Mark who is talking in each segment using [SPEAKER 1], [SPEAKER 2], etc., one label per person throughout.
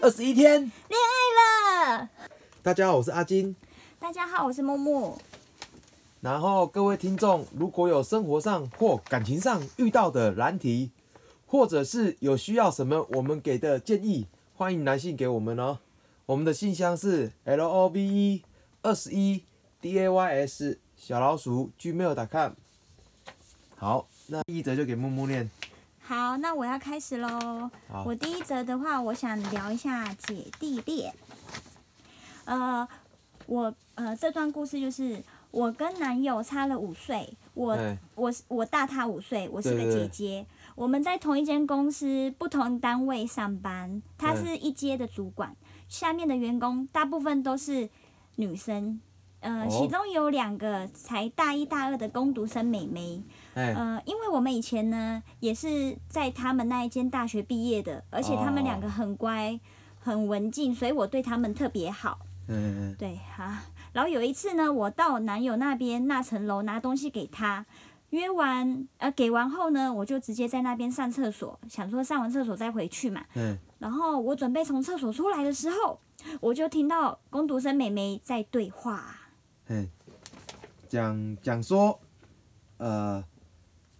[SPEAKER 1] 二十一天。
[SPEAKER 2] 恋爱了。
[SPEAKER 1] 大家好，我是阿金。
[SPEAKER 2] 大家好，我是木木。
[SPEAKER 1] 然后各位听众，如果有生活上或感情上遇到的难题，或者是有需要什么我们给的建议，欢迎来信给我们哦。我们的信箱是 l o v e 二十一 d a y s 小老鼠 gmail.com。好，那第一则就给木木念。
[SPEAKER 2] 好，那我要开始喽
[SPEAKER 1] 好。
[SPEAKER 2] 我第一则的话，我想聊一下姐弟恋。呃，我呃这段故事就是我跟男友差了五岁，我
[SPEAKER 1] 哎
[SPEAKER 2] 我是我大他五岁，我是
[SPEAKER 1] 对
[SPEAKER 2] 个
[SPEAKER 1] 对对
[SPEAKER 2] 姐姐。我们在同一间公司、不同单位上班，他
[SPEAKER 1] 嗯
[SPEAKER 2] 是一阶的主管，下面的员工大部分都是女生。呃，
[SPEAKER 1] 哦
[SPEAKER 2] 其中有两个才大一大二的工读生妹妹，
[SPEAKER 1] 哎、
[SPEAKER 2] 呃，因为我们以前呢也是在他们那一间大学毕业的，而且他们两个很乖、很文静，所以我对他们特别好。
[SPEAKER 1] 嗯，
[SPEAKER 2] 对啊，然后有一次呢，我到男友那边那层楼拿东西给他，约完呃给完后呢，我就直接在那边上厕所，想说上完厕所再回去嘛。
[SPEAKER 1] 嗯
[SPEAKER 2] 然后我准备从厕所出来的时候，我就听到工读生妹妹在对话。
[SPEAKER 1] 嗯，讲讲说，呃，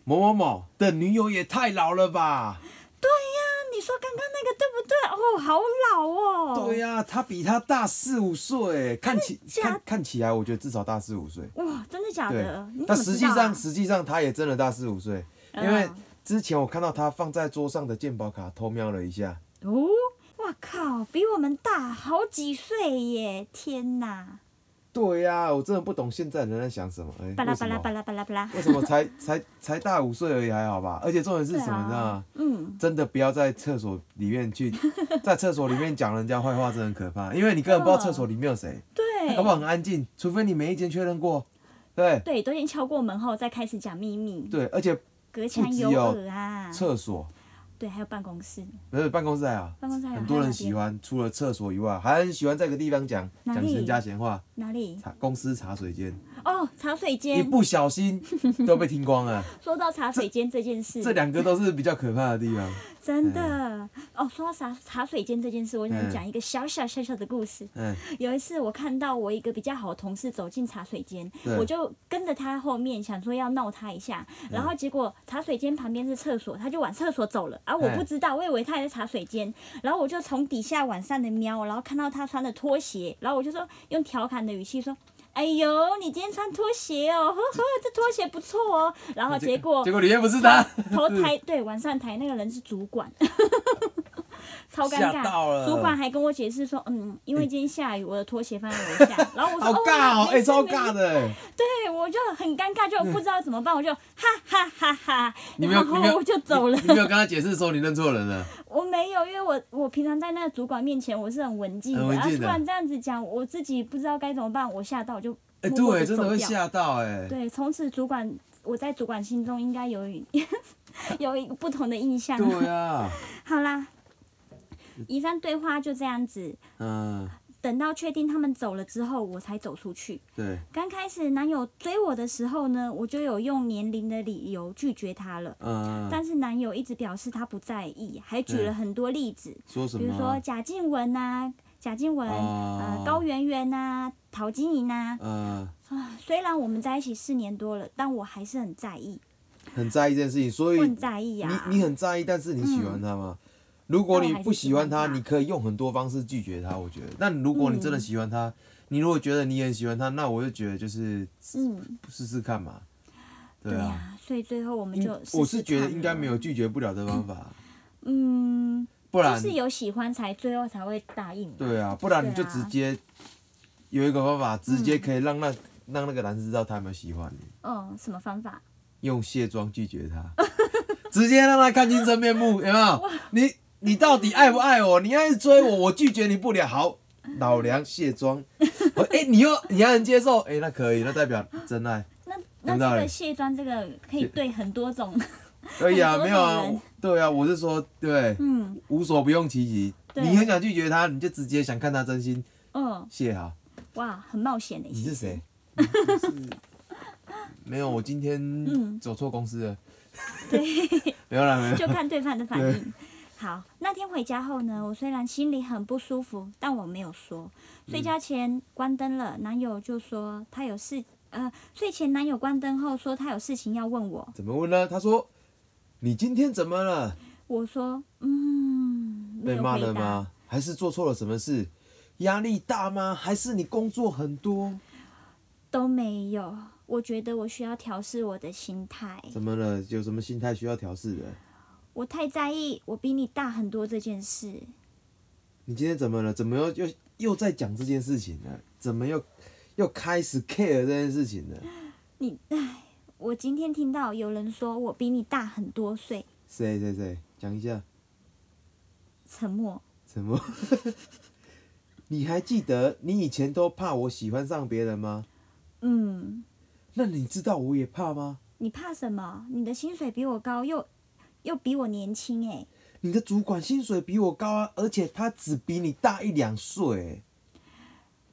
[SPEAKER 1] 某某某的女友也太老了吧？
[SPEAKER 2] 那你说刚刚那个对不对？哦，好老哦。
[SPEAKER 1] 对呀、她比他大四五岁，看起
[SPEAKER 2] 假
[SPEAKER 1] 看看起来，我觉得至少大四五岁。
[SPEAKER 2] 哇，真的假
[SPEAKER 1] 对
[SPEAKER 2] 的？你，
[SPEAKER 1] 但
[SPEAKER 2] 怎么
[SPEAKER 1] 实际
[SPEAKER 2] 知道啊嗯
[SPEAKER 1] 上实际上她也真的大四五岁，因为之前我看到她放在桌上的鉴宝卡，偷瞄了一下。
[SPEAKER 2] 嗯哦，哇靠，比我们大好几岁耶！天哪，
[SPEAKER 1] 对呀、我真的不懂现在人在想什么。哎、
[SPEAKER 2] 巴拉
[SPEAKER 1] 为
[SPEAKER 2] 巴
[SPEAKER 1] 什
[SPEAKER 2] 拉巴
[SPEAKER 1] 么？
[SPEAKER 2] 拉巴拉巴拉，
[SPEAKER 1] 为什么才才才大五岁而已，还好吧？而且重点是什么，你知道吗？
[SPEAKER 2] 嗯，
[SPEAKER 1] 真的不要在厕所里面 去，在厕所里面讲人家坏话，真的很可怕，因为你根本不知道厕所里面有谁，
[SPEAKER 2] 哦对，
[SPEAKER 1] 啊搞不好很安静，除非你每一间确认过，对
[SPEAKER 2] 对，都已经敲过门后再开始讲秘密，
[SPEAKER 1] 对，哦而且
[SPEAKER 2] 隔墙有耳啊，
[SPEAKER 1] 厕所
[SPEAKER 2] 对，还有办公室，
[SPEAKER 1] 不是办公室还好，
[SPEAKER 2] 办公啊室还有
[SPEAKER 1] 很多人喜欢，除了厕所以外，还很喜欢在一个地方讲
[SPEAKER 2] 哪
[SPEAKER 1] 讲
[SPEAKER 2] 里
[SPEAKER 1] 人家闲话，
[SPEAKER 2] 哪里？
[SPEAKER 1] 茶公司茶水间，
[SPEAKER 2] 哦，茶水
[SPEAKER 1] 一
[SPEAKER 2] 间。
[SPEAKER 1] 不小心都被听光 了，
[SPEAKER 2] 说到茶水间这件事，
[SPEAKER 1] 这两个都是比较可怕的地方，
[SPEAKER 2] 真的哦，说到茶茶水间这件事，我想
[SPEAKER 1] 嗯
[SPEAKER 2] 讲一个小小小小的故事。
[SPEAKER 1] 嗯，
[SPEAKER 2] 有一次，我看到我一个比较好的同事走进茶水间，
[SPEAKER 1] 对嗯
[SPEAKER 2] 我就跟着他后面，想说要闹他一下，然后结果茶水间旁边是厕所，他就往厕所走了，而、我
[SPEAKER 1] 哎
[SPEAKER 2] 不知道，我以为他也在茶水间，然后我就从底下往上的瞄，然后看到他穿的拖鞋，然后我就说用调侃的语气说。哎呦，你今天穿拖鞋哦，呵呵，这拖鞋不错哦。然后结果
[SPEAKER 1] 结果里面不是他，
[SPEAKER 2] 头抬对往上抬那个人是主管，超尴
[SPEAKER 1] 吓到
[SPEAKER 2] 尬。
[SPEAKER 1] 了哎
[SPEAKER 2] 主管还跟我解释说，嗯，因为今天下雨，我的拖鞋放在楼下。然后我说，
[SPEAKER 1] 好尬哦，
[SPEAKER 2] 哦，
[SPEAKER 1] 哎，
[SPEAKER 2] 没事
[SPEAKER 1] 超
[SPEAKER 2] 没事
[SPEAKER 1] 尬的哎。
[SPEAKER 2] 对，我就很尴尬，就不知道怎么办，我就哈哈哈哈，
[SPEAKER 1] 你没有，
[SPEAKER 2] 然
[SPEAKER 1] 你没有，
[SPEAKER 2] 后我就走了
[SPEAKER 1] 你。你没有跟他解释说你认错人了，
[SPEAKER 2] 我没有，因为我我平常在那个主管面前我是很文静的，
[SPEAKER 1] 很文
[SPEAKER 2] 然后
[SPEAKER 1] 静
[SPEAKER 2] 突
[SPEAKER 1] 的
[SPEAKER 2] 然这样子讲，我自己不知道该怎么办，我吓到我就
[SPEAKER 1] 哎、
[SPEAKER 2] 默默
[SPEAKER 1] 对，
[SPEAKER 2] 地
[SPEAKER 1] 真
[SPEAKER 2] 走
[SPEAKER 1] 的会
[SPEAKER 2] 掉
[SPEAKER 1] 吓到哎、
[SPEAKER 2] 对，从此主管我在主管心中应该有一 有一个不同的印象。
[SPEAKER 1] 对啊，
[SPEAKER 2] 好啦，以上对话就这样子。
[SPEAKER 1] 嗯，
[SPEAKER 2] 等到确定他们走了之后，我才走出去。
[SPEAKER 1] 对，
[SPEAKER 2] 刚开始男友追我的时候呢，我就有用年龄的理由拒绝他了，
[SPEAKER 1] 嗯，
[SPEAKER 2] 但是男友一直表示他不在意，还举了很多例子，
[SPEAKER 1] 说什
[SPEAKER 2] 比
[SPEAKER 1] 么？
[SPEAKER 2] 如说贾静雯呐、贾静雯、
[SPEAKER 1] 哦
[SPEAKER 2] 呃高圆圆呐、陶晶莹呐、
[SPEAKER 1] 嗯，
[SPEAKER 2] 啊虽然我们在一起四年多了，但我还是很在意，
[SPEAKER 1] 很在意这件事情，所
[SPEAKER 2] 我
[SPEAKER 1] 以
[SPEAKER 2] 很在意啊呀、
[SPEAKER 1] 你你很在意，但是你喜欢他吗？如果你不喜欢
[SPEAKER 2] 嗯但我
[SPEAKER 1] 他，
[SPEAKER 2] 还是喜欢他
[SPEAKER 1] 你可以用很多方式拒绝他，我觉得。但如果你真的喜欢他，你如果觉得你很喜欢他，那我就觉得就是
[SPEAKER 2] 嗯，
[SPEAKER 1] 试试看嘛。对
[SPEAKER 2] 对呀、
[SPEAKER 1] 啊，
[SPEAKER 2] 所以最后我们
[SPEAKER 1] 应
[SPEAKER 2] 就试
[SPEAKER 1] 我
[SPEAKER 2] 试
[SPEAKER 1] 是觉得
[SPEAKER 2] 看啊
[SPEAKER 1] 应该
[SPEAKER 2] 了
[SPEAKER 1] 没有拒绝不了的方法，
[SPEAKER 2] 嗯。
[SPEAKER 1] 不然
[SPEAKER 2] 就是有喜欢才最后才会答应嘛。
[SPEAKER 1] 对啊，不然你就
[SPEAKER 2] 对啊
[SPEAKER 1] 直接有一个方法，直接可以让那、让那个男生知道他有没有喜欢你，
[SPEAKER 2] 嗯，什么方法？
[SPEAKER 1] 用卸妆拒绝他， 直接让他看清真面目，有没有？你你到底爱不爱我？你要是追我，我拒绝你不了，好，老梁卸 妆，哎、诶你又你还能接受？哎、那可以，那代表真爱。
[SPEAKER 2] 那那
[SPEAKER 1] 有道
[SPEAKER 2] 这
[SPEAKER 1] 理
[SPEAKER 2] 个卸妆这个可以对很多种，
[SPEAKER 1] 可以啊，
[SPEAKER 2] 很多
[SPEAKER 1] 没有啊
[SPEAKER 2] 种人，
[SPEAKER 1] 对啊，我是说，对，
[SPEAKER 2] 嗯
[SPEAKER 1] 无所不用其极。
[SPEAKER 2] 对
[SPEAKER 1] 你很想拒绝他，你就直接想看他真心
[SPEAKER 2] 嗯，
[SPEAKER 1] 卸好。
[SPEAKER 2] 哇，很冒险的。
[SPEAKER 1] 你 是谁？嗯没有，我今 天走错公司了。没有啦，没有。
[SPEAKER 2] 就看对方的反应。 好，那天回家后呢，我虽然心里很不舒服，但我没有说。
[SPEAKER 1] 嗯
[SPEAKER 2] 睡觉前关灯了，男友就说他有事，呃，睡前男友关灯后说他有事情要问我，
[SPEAKER 1] 怎么问呢？他说：“你今天怎么了？
[SPEAKER 2] 我说嗯，没
[SPEAKER 1] 被
[SPEAKER 2] 有
[SPEAKER 1] 骂了
[SPEAKER 2] 回答。
[SPEAKER 1] 吗？还是做错了什么事？压力大吗？还是你工作很多？
[SPEAKER 2] 都没有。我觉得我需要调试我的心态，
[SPEAKER 1] 怎么了？有什么心态需要调试的？
[SPEAKER 2] 我太在意我比你大很多这件事。
[SPEAKER 1] 你今天怎么了？怎么又又又在讲这件事情呢？怎么又又开始 care 这件事情呢？
[SPEAKER 2] 你，唉，我今天听到有人说我比你大很多岁，
[SPEAKER 1] 谁谁谁讲一下？
[SPEAKER 2] 沉默。
[SPEAKER 1] 什么？ 你还记得你以前都怕我喜欢上别人吗？
[SPEAKER 2] 嗯，
[SPEAKER 1] 那你知道我也怕吗？
[SPEAKER 2] 你怕什么？你的薪水比我高，又又比我年轻，哎，
[SPEAKER 1] 你的主管薪水比我高啊，而且他只比你大一两岁欸。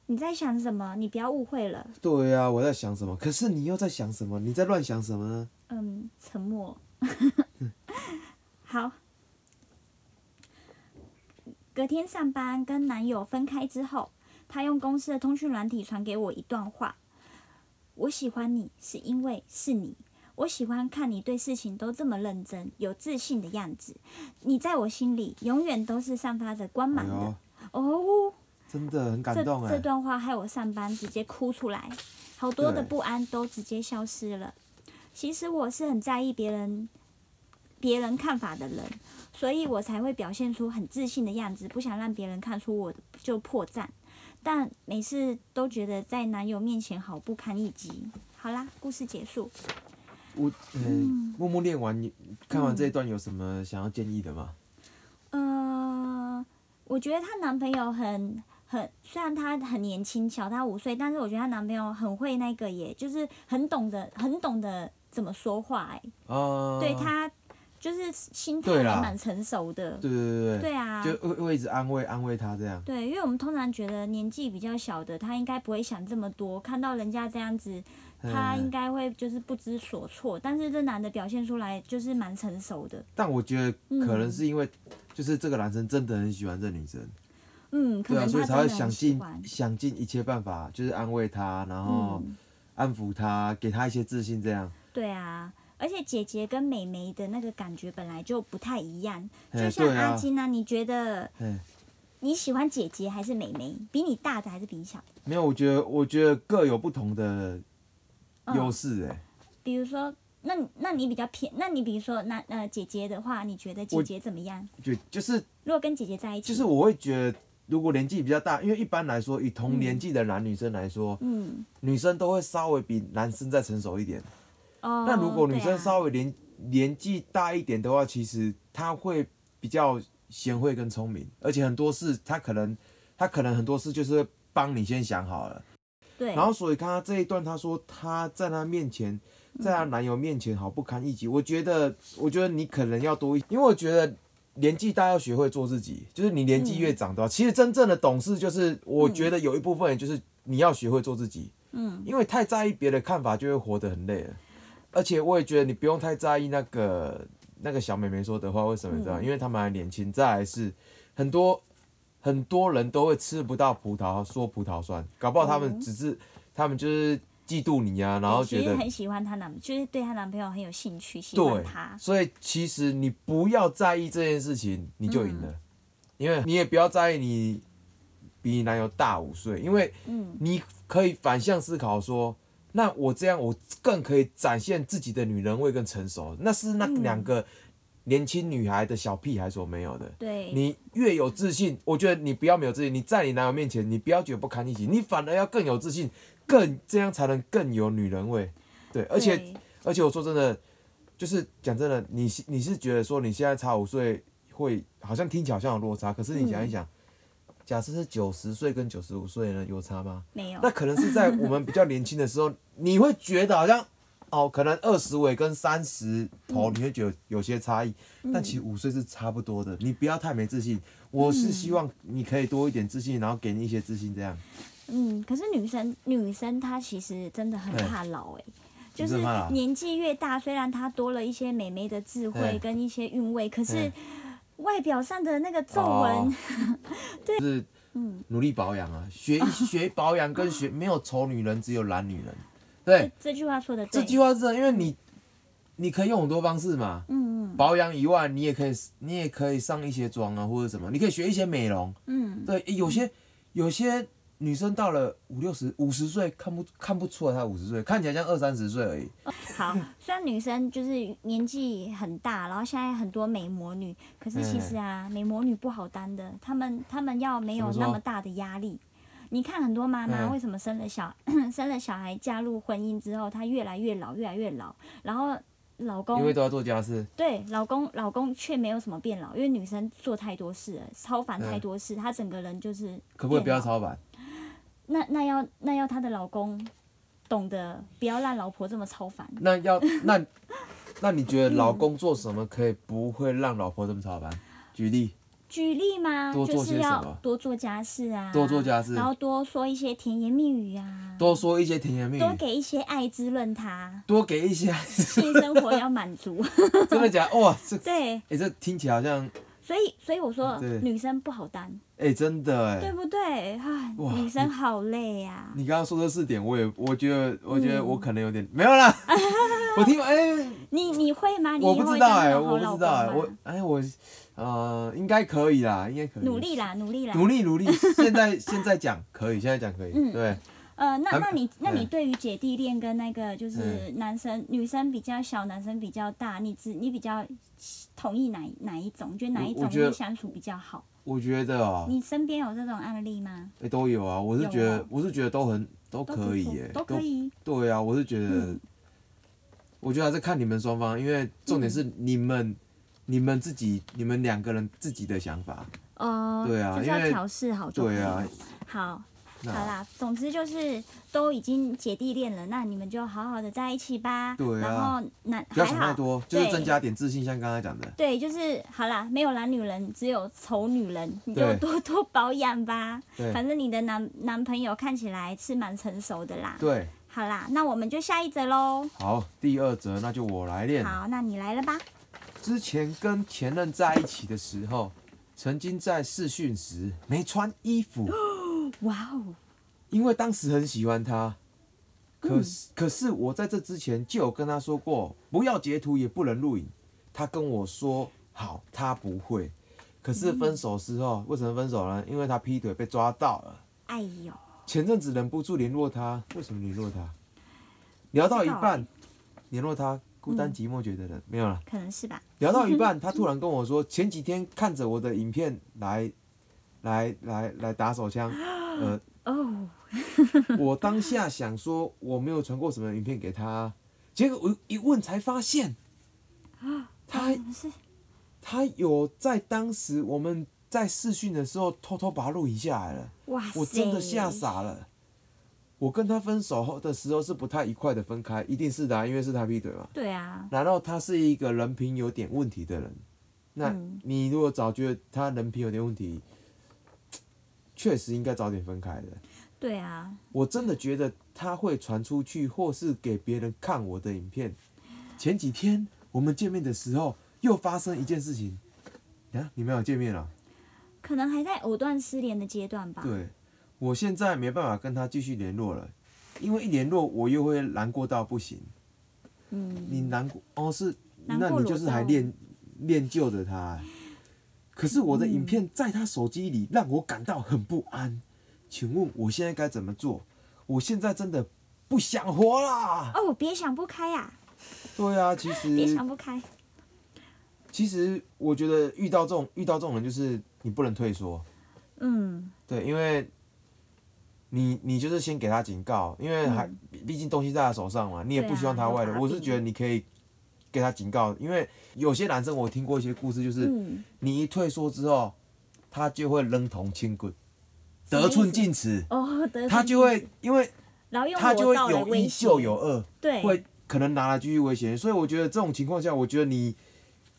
[SPEAKER 2] 你在想什么？你不要误会了。
[SPEAKER 1] 对啊，我在想什么？可是你又在想什么？你在乱想什么呢？
[SPEAKER 2] 嗯，沉默。 好。隔天上班跟男友分开之后，他用公司的通讯软体传给我一段话：“我喜欢你是因为是你，我喜欢看你对事情都这么认真、有自信的样子。你在我心里永远都是散发着光
[SPEAKER 1] 哎
[SPEAKER 2] 芒
[SPEAKER 1] 呦
[SPEAKER 2] 的。，哦，
[SPEAKER 1] 真的很
[SPEAKER 2] 这
[SPEAKER 1] 感动
[SPEAKER 2] 这
[SPEAKER 1] 哎。
[SPEAKER 2] 段话害我上班直接哭出来，好多的
[SPEAKER 1] 对
[SPEAKER 2] 不安都直接消失了。其实我是很在意别人别人看法的人，所以我才会表现出很自信的样子，不想让别人看出我就破绽。但每次都觉得在男友面前好不堪一击。好啦，故事结束。
[SPEAKER 1] 我嗯，默默练完，你看完这一段有什么想要建议的吗？
[SPEAKER 2] 呃，我觉得她男朋友很很，虽然她很年轻，小她五岁，但是我觉得她男朋友很会那个耶，就是很懂得很懂得怎么说话哎、
[SPEAKER 1] 啊，
[SPEAKER 2] 对她就是心态
[SPEAKER 1] 对啦
[SPEAKER 2] 还蛮成熟的，
[SPEAKER 1] 对对对
[SPEAKER 2] 对啊。
[SPEAKER 1] 就会会一直安慰安慰他这样。
[SPEAKER 2] 对，因为我们通常觉得年纪比较小的，她应该不会想这么多。看到人家这样子，她
[SPEAKER 1] 嗯
[SPEAKER 2] 应该会就是不知所措。但是这男的表现出来就是蛮成熟的，
[SPEAKER 1] 但我觉得可能是因为，就是这个男生真的很喜欢这女生，
[SPEAKER 2] 嗯，可
[SPEAKER 1] 对啊，
[SPEAKER 2] 能
[SPEAKER 1] 所以
[SPEAKER 2] 他
[SPEAKER 1] 才会
[SPEAKER 2] 真的
[SPEAKER 1] 想
[SPEAKER 2] 很喜
[SPEAKER 1] 尽
[SPEAKER 2] 欢。
[SPEAKER 1] 想尽一切办法，就是安慰她，然后
[SPEAKER 2] 嗯
[SPEAKER 1] 安抚她，给她一些自信，这样。
[SPEAKER 2] 对啊，而且姐姐跟妹妹的那个感觉本来就不太一样。
[SPEAKER 1] 哎
[SPEAKER 2] 就像
[SPEAKER 1] 对啊
[SPEAKER 2] 阿金啊，你觉得
[SPEAKER 1] 嗯，
[SPEAKER 2] 你喜欢姐姐还是妹妹？比你大的还是比你小的？
[SPEAKER 1] 没有，我觉得我觉得各有不同的
[SPEAKER 2] 嗯
[SPEAKER 1] 优势哎，
[SPEAKER 2] 比如说，那那你比较偏，那你比如说，那呃姐姐的话，你觉得姐
[SPEAKER 1] 我
[SPEAKER 2] 姐怎么样？
[SPEAKER 1] 就就是
[SPEAKER 2] 如果跟姐姐在一起，
[SPEAKER 1] 就是我会觉得，如果年纪比较大，因为一般来说，以同年纪的男女生来说，
[SPEAKER 2] 嗯
[SPEAKER 1] 女生都会稍微比男生再成熟一点。
[SPEAKER 2] 哦，
[SPEAKER 1] 那如果女生稍
[SPEAKER 2] 微、
[SPEAKER 1] 微年、年纪大一点的话，其实她会比较贤惠跟聪明，而且很多事她可能她可能很多事就是帮你先想好了。
[SPEAKER 2] 对，
[SPEAKER 1] 然后所以看她这一段，她说她在她面前，在她男友面前好不堪一击。我觉得，我觉得你可能要多一，因为我觉得。年纪大要学会做自己，就是你年纪越
[SPEAKER 2] 嗯
[SPEAKER 1] 长的话，其实真正的懂事就是，我觉得有一部分人就是你要学会做自己，
[SPEAKER 2] 嗯
[SPEAKER 1] 因为太在意别的看法，就会活得很累了。而且我也觉得你不用太在意那个那个小妹妹说的话，为什么你知
[SPEAKER 2] 嗯
[SPEAKER 1] 道吗？因为他们还年轻，再来是很多很多人都会吃不到葡萄说葡萄酸，搞不好他
[SPEAKER 2] 哦
[SPEAKER 1] 们只是、他们就是嫉妒你啊，然后
[SPEAKER 2] 姐
[SPEAKER 1] 觉
[SPEAKER 2] 姐
[SPEAKER 1] 得
[SPEAKER 2] 很喜欢她男，就是对她男朋友很有兴趣，喜
[SPEAKER 1] 对
[SPEAKER 2] 欢他，。
[SPEAKER 1] 所以其实你不要在意这件事情，你就赢了，因为你也不要在意你比你男友大五岁，因为
[SPEAKER 2] 嗯
[SPEAKER 1] 你可以反向思考说，那我这样我更可以展现自己的女人味跟成熟，那是
[SPEAKER 2] 嗯
[SPEAKER 1] 那两个年轻女孩的小屁孩所没有的。
[SPEAKER 2] 对，
[SPEAKER 1] 你越有自信，我觉得你不要没有自信，你在你男友面前，你不要觉得不堪一击，你反而要更有自信，更这样才能更有女人味。对，而且
[SPEAKER 2] 对
[SPEAKER 1] 而且我说真的，就是讲真的，你是你是觉得说你现在差五岁会好像听起来好像有落差，可是你想一想，假设是九十岁跟九十五岁呢，有差吗？
[SPEAKER 2] 没有
[SPEAKER 1] 那可能是在我们比较年轻的时候，你会觉得好像哦，可能二十尾跟三十头你会觉得有些差异，但其实五岁是差不多的。你不要太没自信，我是希望你可以多一点自信，然后给你一些自信，这样。
[SPEAKER 2] 嗯，可是女生女生她其实真的很怕老哎、就
[SPEAKER 1] 你
[SPEAKER 2] 是
[SPEAKER 1] 真的怕老
[SPEAKER 2] 年纪越大，虽然她多了一些美眉的智慧
[SPEAKER 1] 哎
[SPEAKER 2] 跟一些韵味，可是
[SPEAKER 1] 哎
[SPEAKER 2] 外表上的那个皱纹，
[SPEAKER 1] 哦就是努力保养啊，学学保养跟学没有丑女人，只有懒女人。对，
[SPEAKER 2] 这句话说的对。
[SPEAKER 1] 这句话是这样因为你你可以用很多方式嘛，
[SPEAKER 2] 嗯嗯
[SPEAKER 1] 保养以外，你也可以你也可以上一些妆啊或者什么，你可以学一些美容。
[SPEAKER 2] 嗯，
[SPEAKER 1] 对，诶有些有些女生到了五六十、五十岁，看不看不出来她五十岁，看起来像二三十岁而已。
[SPEAKER 2] 好。虽然女生就是年纪很大，然后现在很多美魔女，可是其实啊，美魔女不好当的，她们她们要没有
[SPEAKER 1] 怎么说
[SPEAKER 2] 那么大的压力。你看很多妈妈
[SPEAKER 1] 嗯
[SPEAKER 2] 为什么生了小、 生了小孩，嫁入婚姻之后，她越来越老，越来越老，然后老公
[SPEAKER 1] 因为都要做家事，
[SPEAKER 2] 对，老公老公却没有什么变老，因为女生做太多事了，超凡太多事，她整个人就是
[SPEAKER 1] 嗯可不可以不要
[SPEAKER 2] 变老？
[SPEAKER 1] 操板？
[SPEAKER 2] 那那要那要她的老公懂得不要让老婆这么超凡。
[SPEAKER 1] 那要那那你觉得老公做什么可以不会让老婆这么操板？举例，
[SPEAKER 2] 举例嘛，
[SPEAKER 1] 多
[SPEAKER 2] 就
[SPEAKER 1] 做
[SPEAKER 2] 是
[SPEAKER 1] 些
[SPEAKER 2] 要
[SPEAKER 1] 什么
[SPEAKER 2] 多做家事啊，
[SPEAKER 1] 多做家事
[SPEAKER 2] 然后多说一些甜言蜜语啊，
[SPEAKER 1] 多说一些甜言蜜语，
[SPEAKER 2] 多给一些爱滋润她，
[SPEAKER 1] 多给一些，
[SPEAKER 2] 性生活要满足。
[SPEAKER 1] 真的假的？哇，这哎、
[SPEAKER 2] 对，
[SPEAKER 1] 诶这听起来好像
[SPEAKER 2] 所以所以我说
[SPEAKER 1] 对
[SPEAKER 2] 女生不好当，
[SPEAKER 1] 哎、真的哎、
[SPEAKER 2] 对不对？唉，
[SPEAKER 1] 哇
[SPEAKER 2] 女生好累啊呀、
[SPEAKER 1] 你刚刚说这四点，我也我觉得，我觉得我可能有点、没有 啦。我听哎、
[SPEAKER 2] 嗯你你会吗？你
[SPEAKER 1] 我
[SPEAKER 2] 以
[SPEAKER 1] 不
[SPEAKER 2] 后
[SPEAKER 1] 知
[SPEAKER 2] 会
[SPEAKER 1] 道
[SPEAKER 2] 当
[SPEAKER 1] 哎、
[SPEAKER 2] 那种好
[SPEAKER 1] 我不
[SPEAKER 2] 老
[SPEAKER 1] 知
[SPEAKER 2] 公
[SPEAKER 1] 道哎、
[SPEAKER 2] 吗？
[SPEAKER 1] 我哎、我呃应该可以啦，应该可以。
[SPEAKER 2] 努力啦，努力啦。
[SPEAKER 1] 努力努力，现在现在讲可以，现在讲可以，
[SPEAKER 2] 嗯
[SPEAKER 1] 对，
[SPEAKER 2] 呃，那
[SPEAKER 1] 还
[SPEAKER 2] 那你那你
[SPEAKER 1] 嗯
[SPEAKER 2] 对于姐弟恋跟那个就是男生、女生比较小，男生比较大，你只你比较同意哪一哪一种？你觉得哪一
[SPEAKER 1] 我
[SPEAKER 2] 种
[SPEAKER 1] 我觉得
[SPEAKER 2] 你相处比较好？
[SPEAKER 1] 我觉得啊、
[SPEAKER 2] 你身边有这种案例吗？
[SPEAKER 1] 哎、都有啊，我是觉
[SPEAKER 2] 有
[SPEAKER 1] 得
[SPEAKER 2] 哦
[SPEAKER 1] 我是觉得都很都
[SPEAKER 2] 都
[SPEAKER 1] 可以
[SPEAKER 2] 不错
[SPEAKER 1] 耶、
[SPEAKER 2] 都可以。
[SPEAKER 1] 对啊，我是觉得，
[SPEAKER 2] 嗯
[SPEAKER 1] 我觉得还是看你们双方，因为重点是
[SPEAKER 2] 嗯
[SPEAKER 1] 你们、你们自己你们两个人自己的想法，
[SPEAKER 2] 呃，
[SPEAKER 1] 对啊
[SPEAKER 2] 就是
[SPEAKER 1] 因
[SPEAKER 2] 要
[SPEAKER 1] 为
[SPEAKER 2] 调试好就可以
[SPEAKER 1] 对
[SPEAKER 2] 了
[SPEAKER 1] 啊，
[SPEAKER 2] 好，
[SPEAKER 1] 那
[SPEAKER 2] 好啦，总之就是都已经姐弟恋了，那你们就好好的在一起吧。
[SPEAKER 1] 对啊
[SPEAKER 2] 然后男
[SPEAKER 1] 不要
[SPEAKER 2] 还
[SPEAKER 1] 想
[SPEAKER 2] 好
[SPEAKER 1] 太多，就是
[SPEAKER 2] 啊对
[SPEAKER 1] 增加点自信，像刚才讲的。
[SPEAKER 2] 对，就是好啦，没有懒女人，只有丑女人，你就
[SPEAKER 1] 对
[SPEAKER 2] 多 多保养吧。
[SPEAKER 1] 对
[SPEAKER 2] 反正你的男男朋友看起来是蛮成熟的啦。
[SPEAKER 1] 对，
[SPEAKER 2] 好啦，那我们就下一则喽。
[SPEAKER 1] 好，第二则那就我来练。
[SPEAKER 2] 好，那你来了吧？
[SPEAKER 1] 之前跟前任在一起的时候，曾经在试训时没穿衣服，
[SPEAKER 2] 哇哦，
[SPEAKER 1] 因为当时很喜欢他。可
[SPEAKER 2] 嗯
[SPEAKER 1] 是、可是我在这之前就有跟他说过，不要截图，也不能录影。他跟我说好，他不会。可是
[SPEAKER 2] 嗯
[SPEAKER 1] 分手之后，为什么分手呢？因为他劈腿被抓到了。
[SPEAKER 2] 哎呦，
[SPEAKER 1] 前阵子忍不住联络他，为什么联络他？聊到一半，联络他，孤单寂寞觉得冷，没有了。
[SPEAKER 2] 可能是吧。
[SPEAKER 1] 聊到一半，他突然跟我说，前几天看着我的影片来，来来来打手枪，呃，
[SPEAKER 2] 哦，
[SPEAKER 1] 我当下想说我没有传过什么影片给他啊，结果我一问才发现，他
[SPEAKER 2] 可能是
[SPEAKER 1] 他有在当时我们在试训的时候偷偷把它录影下来了，
[SPEAKER 2] 哇塞，
[SPEAKER 1] 我真的吓傻了。我跟他分手后的时候是不太愉快的分开，一定是的啊、因为是他劈腿嘛。
[SPEAKER 2] 对啊，
[SPEAKER 1] 然后他是一个人品有点问题的人，那
[SPEAKER 2] 嗯
[SPEAKER 1] 你如果早觉得他人品有点问题，确实应该早点分开的。
[SPEAKER 2] 对啊，
[SPEAKER 1] 我真的觉得他会传出去，或是给别人看我的影片。前几天我们见面的时候，又发生一件事情。啊，你们有见面了？
[SPEAKER 2] 可能还在藕断丝连的阶段吧。
[SPEAKER 1] 对，我现在没办法跟他继续联络了，因为一联络我又会难过到不行。
[SPEAKER 2] 嗯，
[SPEAKER 1] 你难过哦，是，
[SPEAKER 2] 难
[SPEAKER 1] 那
[SPEAKER 2] 过
[SPEAKER 1] 你
[SPEAKER 2] 裸
[SPEAKER 1] 就是还
[SPEAKER 2] 照
[SPEAKER 1] 恋恋旧着他欸。可是我的影
[SPEAKER 2] 嗯
[SPEAKER 1] 片在他手机里，让我感到很不安。请问我现在该怎么做？我现在真的不想活啦！
[SPEAKER 2] 哦，别想不开啊，
[SPEAKER 1] 对啊，其
[SPEAKER 2] 别
[SPEAKER 1] 实
[SPEAKER 2] 想不开。
[SPEAKER 1] 其实我觉得遇到这种遇到这种人，就是你不能退缩，
[SPEAKER 2] 嗯，
[SPEAKER 1] 对，因为你你就是先给他警告，因为还毕毕竟东西在他手上嘛，你也
[SPEAKER 2] 嗯对啊
[SPEAKER 1] 不希望他外
[SPEAKER 2] 有把
[SPEAKER 1] 流。
[SPEAKER 2] 柄
[SPEAKER 1] 我是觉得你可以给他警告，因为有些男生我听过一些故事，就是
[SPEAKER 2] 嗯，
[SPEAKER 1] 你一退缩之后，他就会扔铜轻棍，
[SPEAKER 2] 什么
[SPEAKER 1] 得
[SPEAKER 2] 意思
[SPEAKER 1] 寸进尺，
[SPEAKER 2] 哦，得
[SPEAKER 1] 他
[SPEAKER 2] 寸
[SPEAKER 1] 就
[SPEAKER 2] 进
[SPEAKER 1] 会
[SPEAKER 2] 尺，
[SPEAKER 1] 因为
[SPEAKER 2] 然后用
[SPEAKER 1] 他就会
[SPEAKER 2] 裸照来
[SPEAKER 1] 有
[SPEAKER 2] 威
[SPEAKER 1] 一
[SPEAKER 2] 胁
[SPEAKER 1] 就有二。
[SPEAKER 2] 对，
[SPEAKER 1] 会可能拿来继续威胁你。所以我觉得这种情况下，我觉得你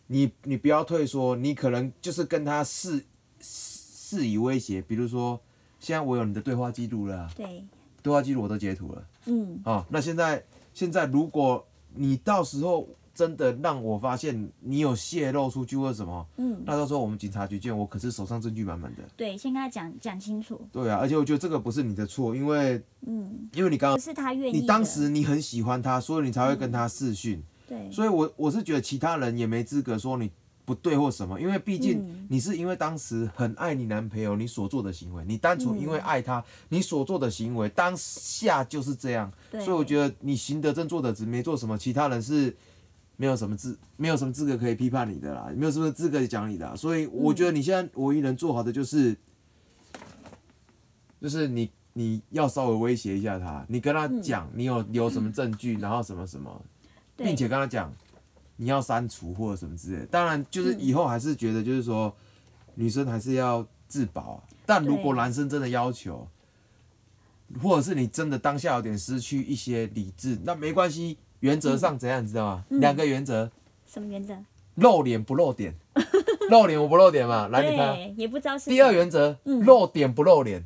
[SPEAKER 1] 你你不要退缩，你可能就是跟他示示示以威胁，比如说现在我有你的对话记录了啊，
[SPEAKER 2] 对，
[SPEAKER 1] 对话记录我都截图了哦
[SPEAKER 2] 嗯，
[SPEAKER 1] 啊、那现在现在如果你到时候真的让我发现你有泄露出去或者什么，
[SPEAKER 2] 嗯，
[SPEAKER 1] 那到时候我们警察局见，我可是手上证据满满的。
[SPEAKER 2] 对，先跟他讲讲清楚，
[SPEAKER 1] 对啊，而且我觉得这个不是你的错，因为
[SPEAKER 2] 嗯，
[SPEAKER 1] 因为你刚
[SPEAKER 2] 不
[SPEAKER 1] 刚
[SPEAKER 2] 是他愿意的。
[SPEAKER 1] 呃你当时你很喜欢他，所以你才会跟他视讯，
[SPEAKER 2] 对，
[SPEAKER 1] 所以我我是觉得其他人也没资格说你不对或什么，因为毕竟
[SPEAKER 2] 嗯
[SPEAKER 1] 你是因为当时很爱你男朋友，你所做的行为，你单纯因为爱他，你所做的行为当下就是这样，
[SPEAKER 2] 对
[SPEAKER 1] 所以我觉得你行得正坐得直，没做什么，其他人是没有什么资没有什么资格可以批判你的啦，没有什么资格讲你的啦所以我觉得你现在唯一能做好的就是，就是你你要稍微威胁一下他，你跟他
[SPEAKER 2] 嗯
[SPEAKER 1] 讲你有有什么证据，然后什么什么，
[SPEAKER 2] 对
[SPEAKER 1] 并且跟他讲你要删除或者什么之类的。当然，就是
[SPEAKER 2] 嗯
[SPEAKER 1] 以后还是觉得就是说，女生还是要自保啊。但如果
[SPEAKER 2] 对
[SPEAKER 1] 男生真的要求，或者是你真的当下有点失去一些理智，那没关系。原则上怎样，你知道
[SPEAKER 2] 嗯
[SPEAKER 1] 吗？两、个原则：
[SPEAKER 2] 什么原则？
[SPEAKER 1] 露脸不露 点，露脸我不露点嘛。来，你看，
[SPEAKER 2] 对，嗯也不知道是
[SPEAKER 1] 第二原则，露点不露 脸，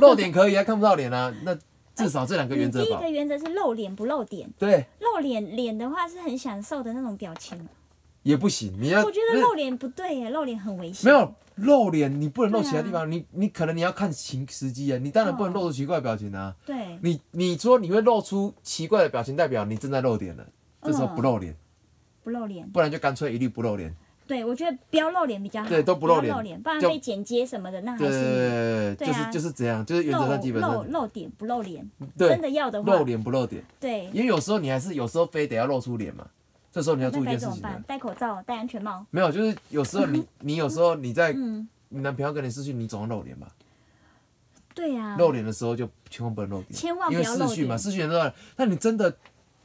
[SPEAKER 1] 露点可以啊，看不到脸啊。那至少这两个
[SPEAKER 2] 你
[SPEAKER 1] 原
[SPEAKER 2] 第
[SPEAKER 1] 则
[SPEAKER 2] 一
[SPEAKER 1] 吧
[SPEAKER 2] 个。原则是露脸不露点，
[SPEAKER 1] 对，
[SPEAKER 2] 露脸脸的话是很享受的那种表情，
[SPEAKER 1] 也不行，你要
[SPEAKER 2] 我觉
[SPEAKER 1] 呃那
[SPEAKER 2] 得露脸不对耶，露脸很危险。
[SPEAKER 1] 没有露脸，你不能露
[SPEAKER 2] 对啊
[SPEAKER 1] 其他地方，你你可能你要看情时机啊，你当然不能露出奇怪的表情啊。
[SPEAKER 2] 对，
[SPEAKER 1] 你你说你会露出奇怪的表情，代表你正在露脸了，这
[SPEAKER 2] 嗯
[SPEAKER 1] 时候不露脸，
[SPEAKER 2] 不露脸。
[SPEAKER 1] 不然就干脆一律不露脸。
[SPEAKER 2] 对，我觉得不要露脸比较好。
[SPEAKER 1] 对都不
[SPEAKER 2] 不
[SPEAKER 1] 露
[SPEAKER 2] 要
[SPEAKER 1] 脸
[SPEAKER 2] 露脸，不然
[SPEAKER 1] 就
[SPEAKER 2] 被剪接什么的，那还
[SPEAKER 1] 对
[SPEAKER 2] 是
[SPEAKER 1] 对对对，
[SPEAKER 2] 对
[SPEAKER 1] 就
[SPEAKER 2] 啊
[SPEAKER 1] 是就是这样，就是原则
[SPEAKER 2] 露
[SPEAKER 1] 上基本
[SPEAKER 2] 露
[SPEAKER 1] 上
[SPEAKER 2] 露点不露脸。真
[SPEAKER 1] 对
[SPEAKER 2] 的要的话，
[SPEAKER 1] 露脸不露点，
[SPEAKER 2] 对，
[SPEAKER 1] 因为有时候你还是有时候非得要露出脸嘛，这时候你要注
[SPEAKER 2] 那
[SPEAKER 1] 意一
[SPEAKER 2] 该
[SPEAKER 1] 件
[SPEAKER 2] 怎
[SPEAKER 1] 事
[SPEAKER 2] 么
[SPEAKER 1] 情啊
[SPEAKER 2] 办？戴口罩，戴安全帽。
[SPEAKER 1] 没有，就是有时候你你有时候你在
[SPEAKER 2] 嗯，
[SPEAKER 1] 你男朋友跟你视讯，你总要露脸吧。
[SPEAKER 2] 对呀、啊。
[SPEAKER 1] 露脸的时候就千万不能露脸，
[SPEAKER 2] 千万不
[SPEAKER 1] 因为
[SPEAKER 2] 要露脸
[SPEAKER 1] 视讯嘛，视讯的时候，那你真的，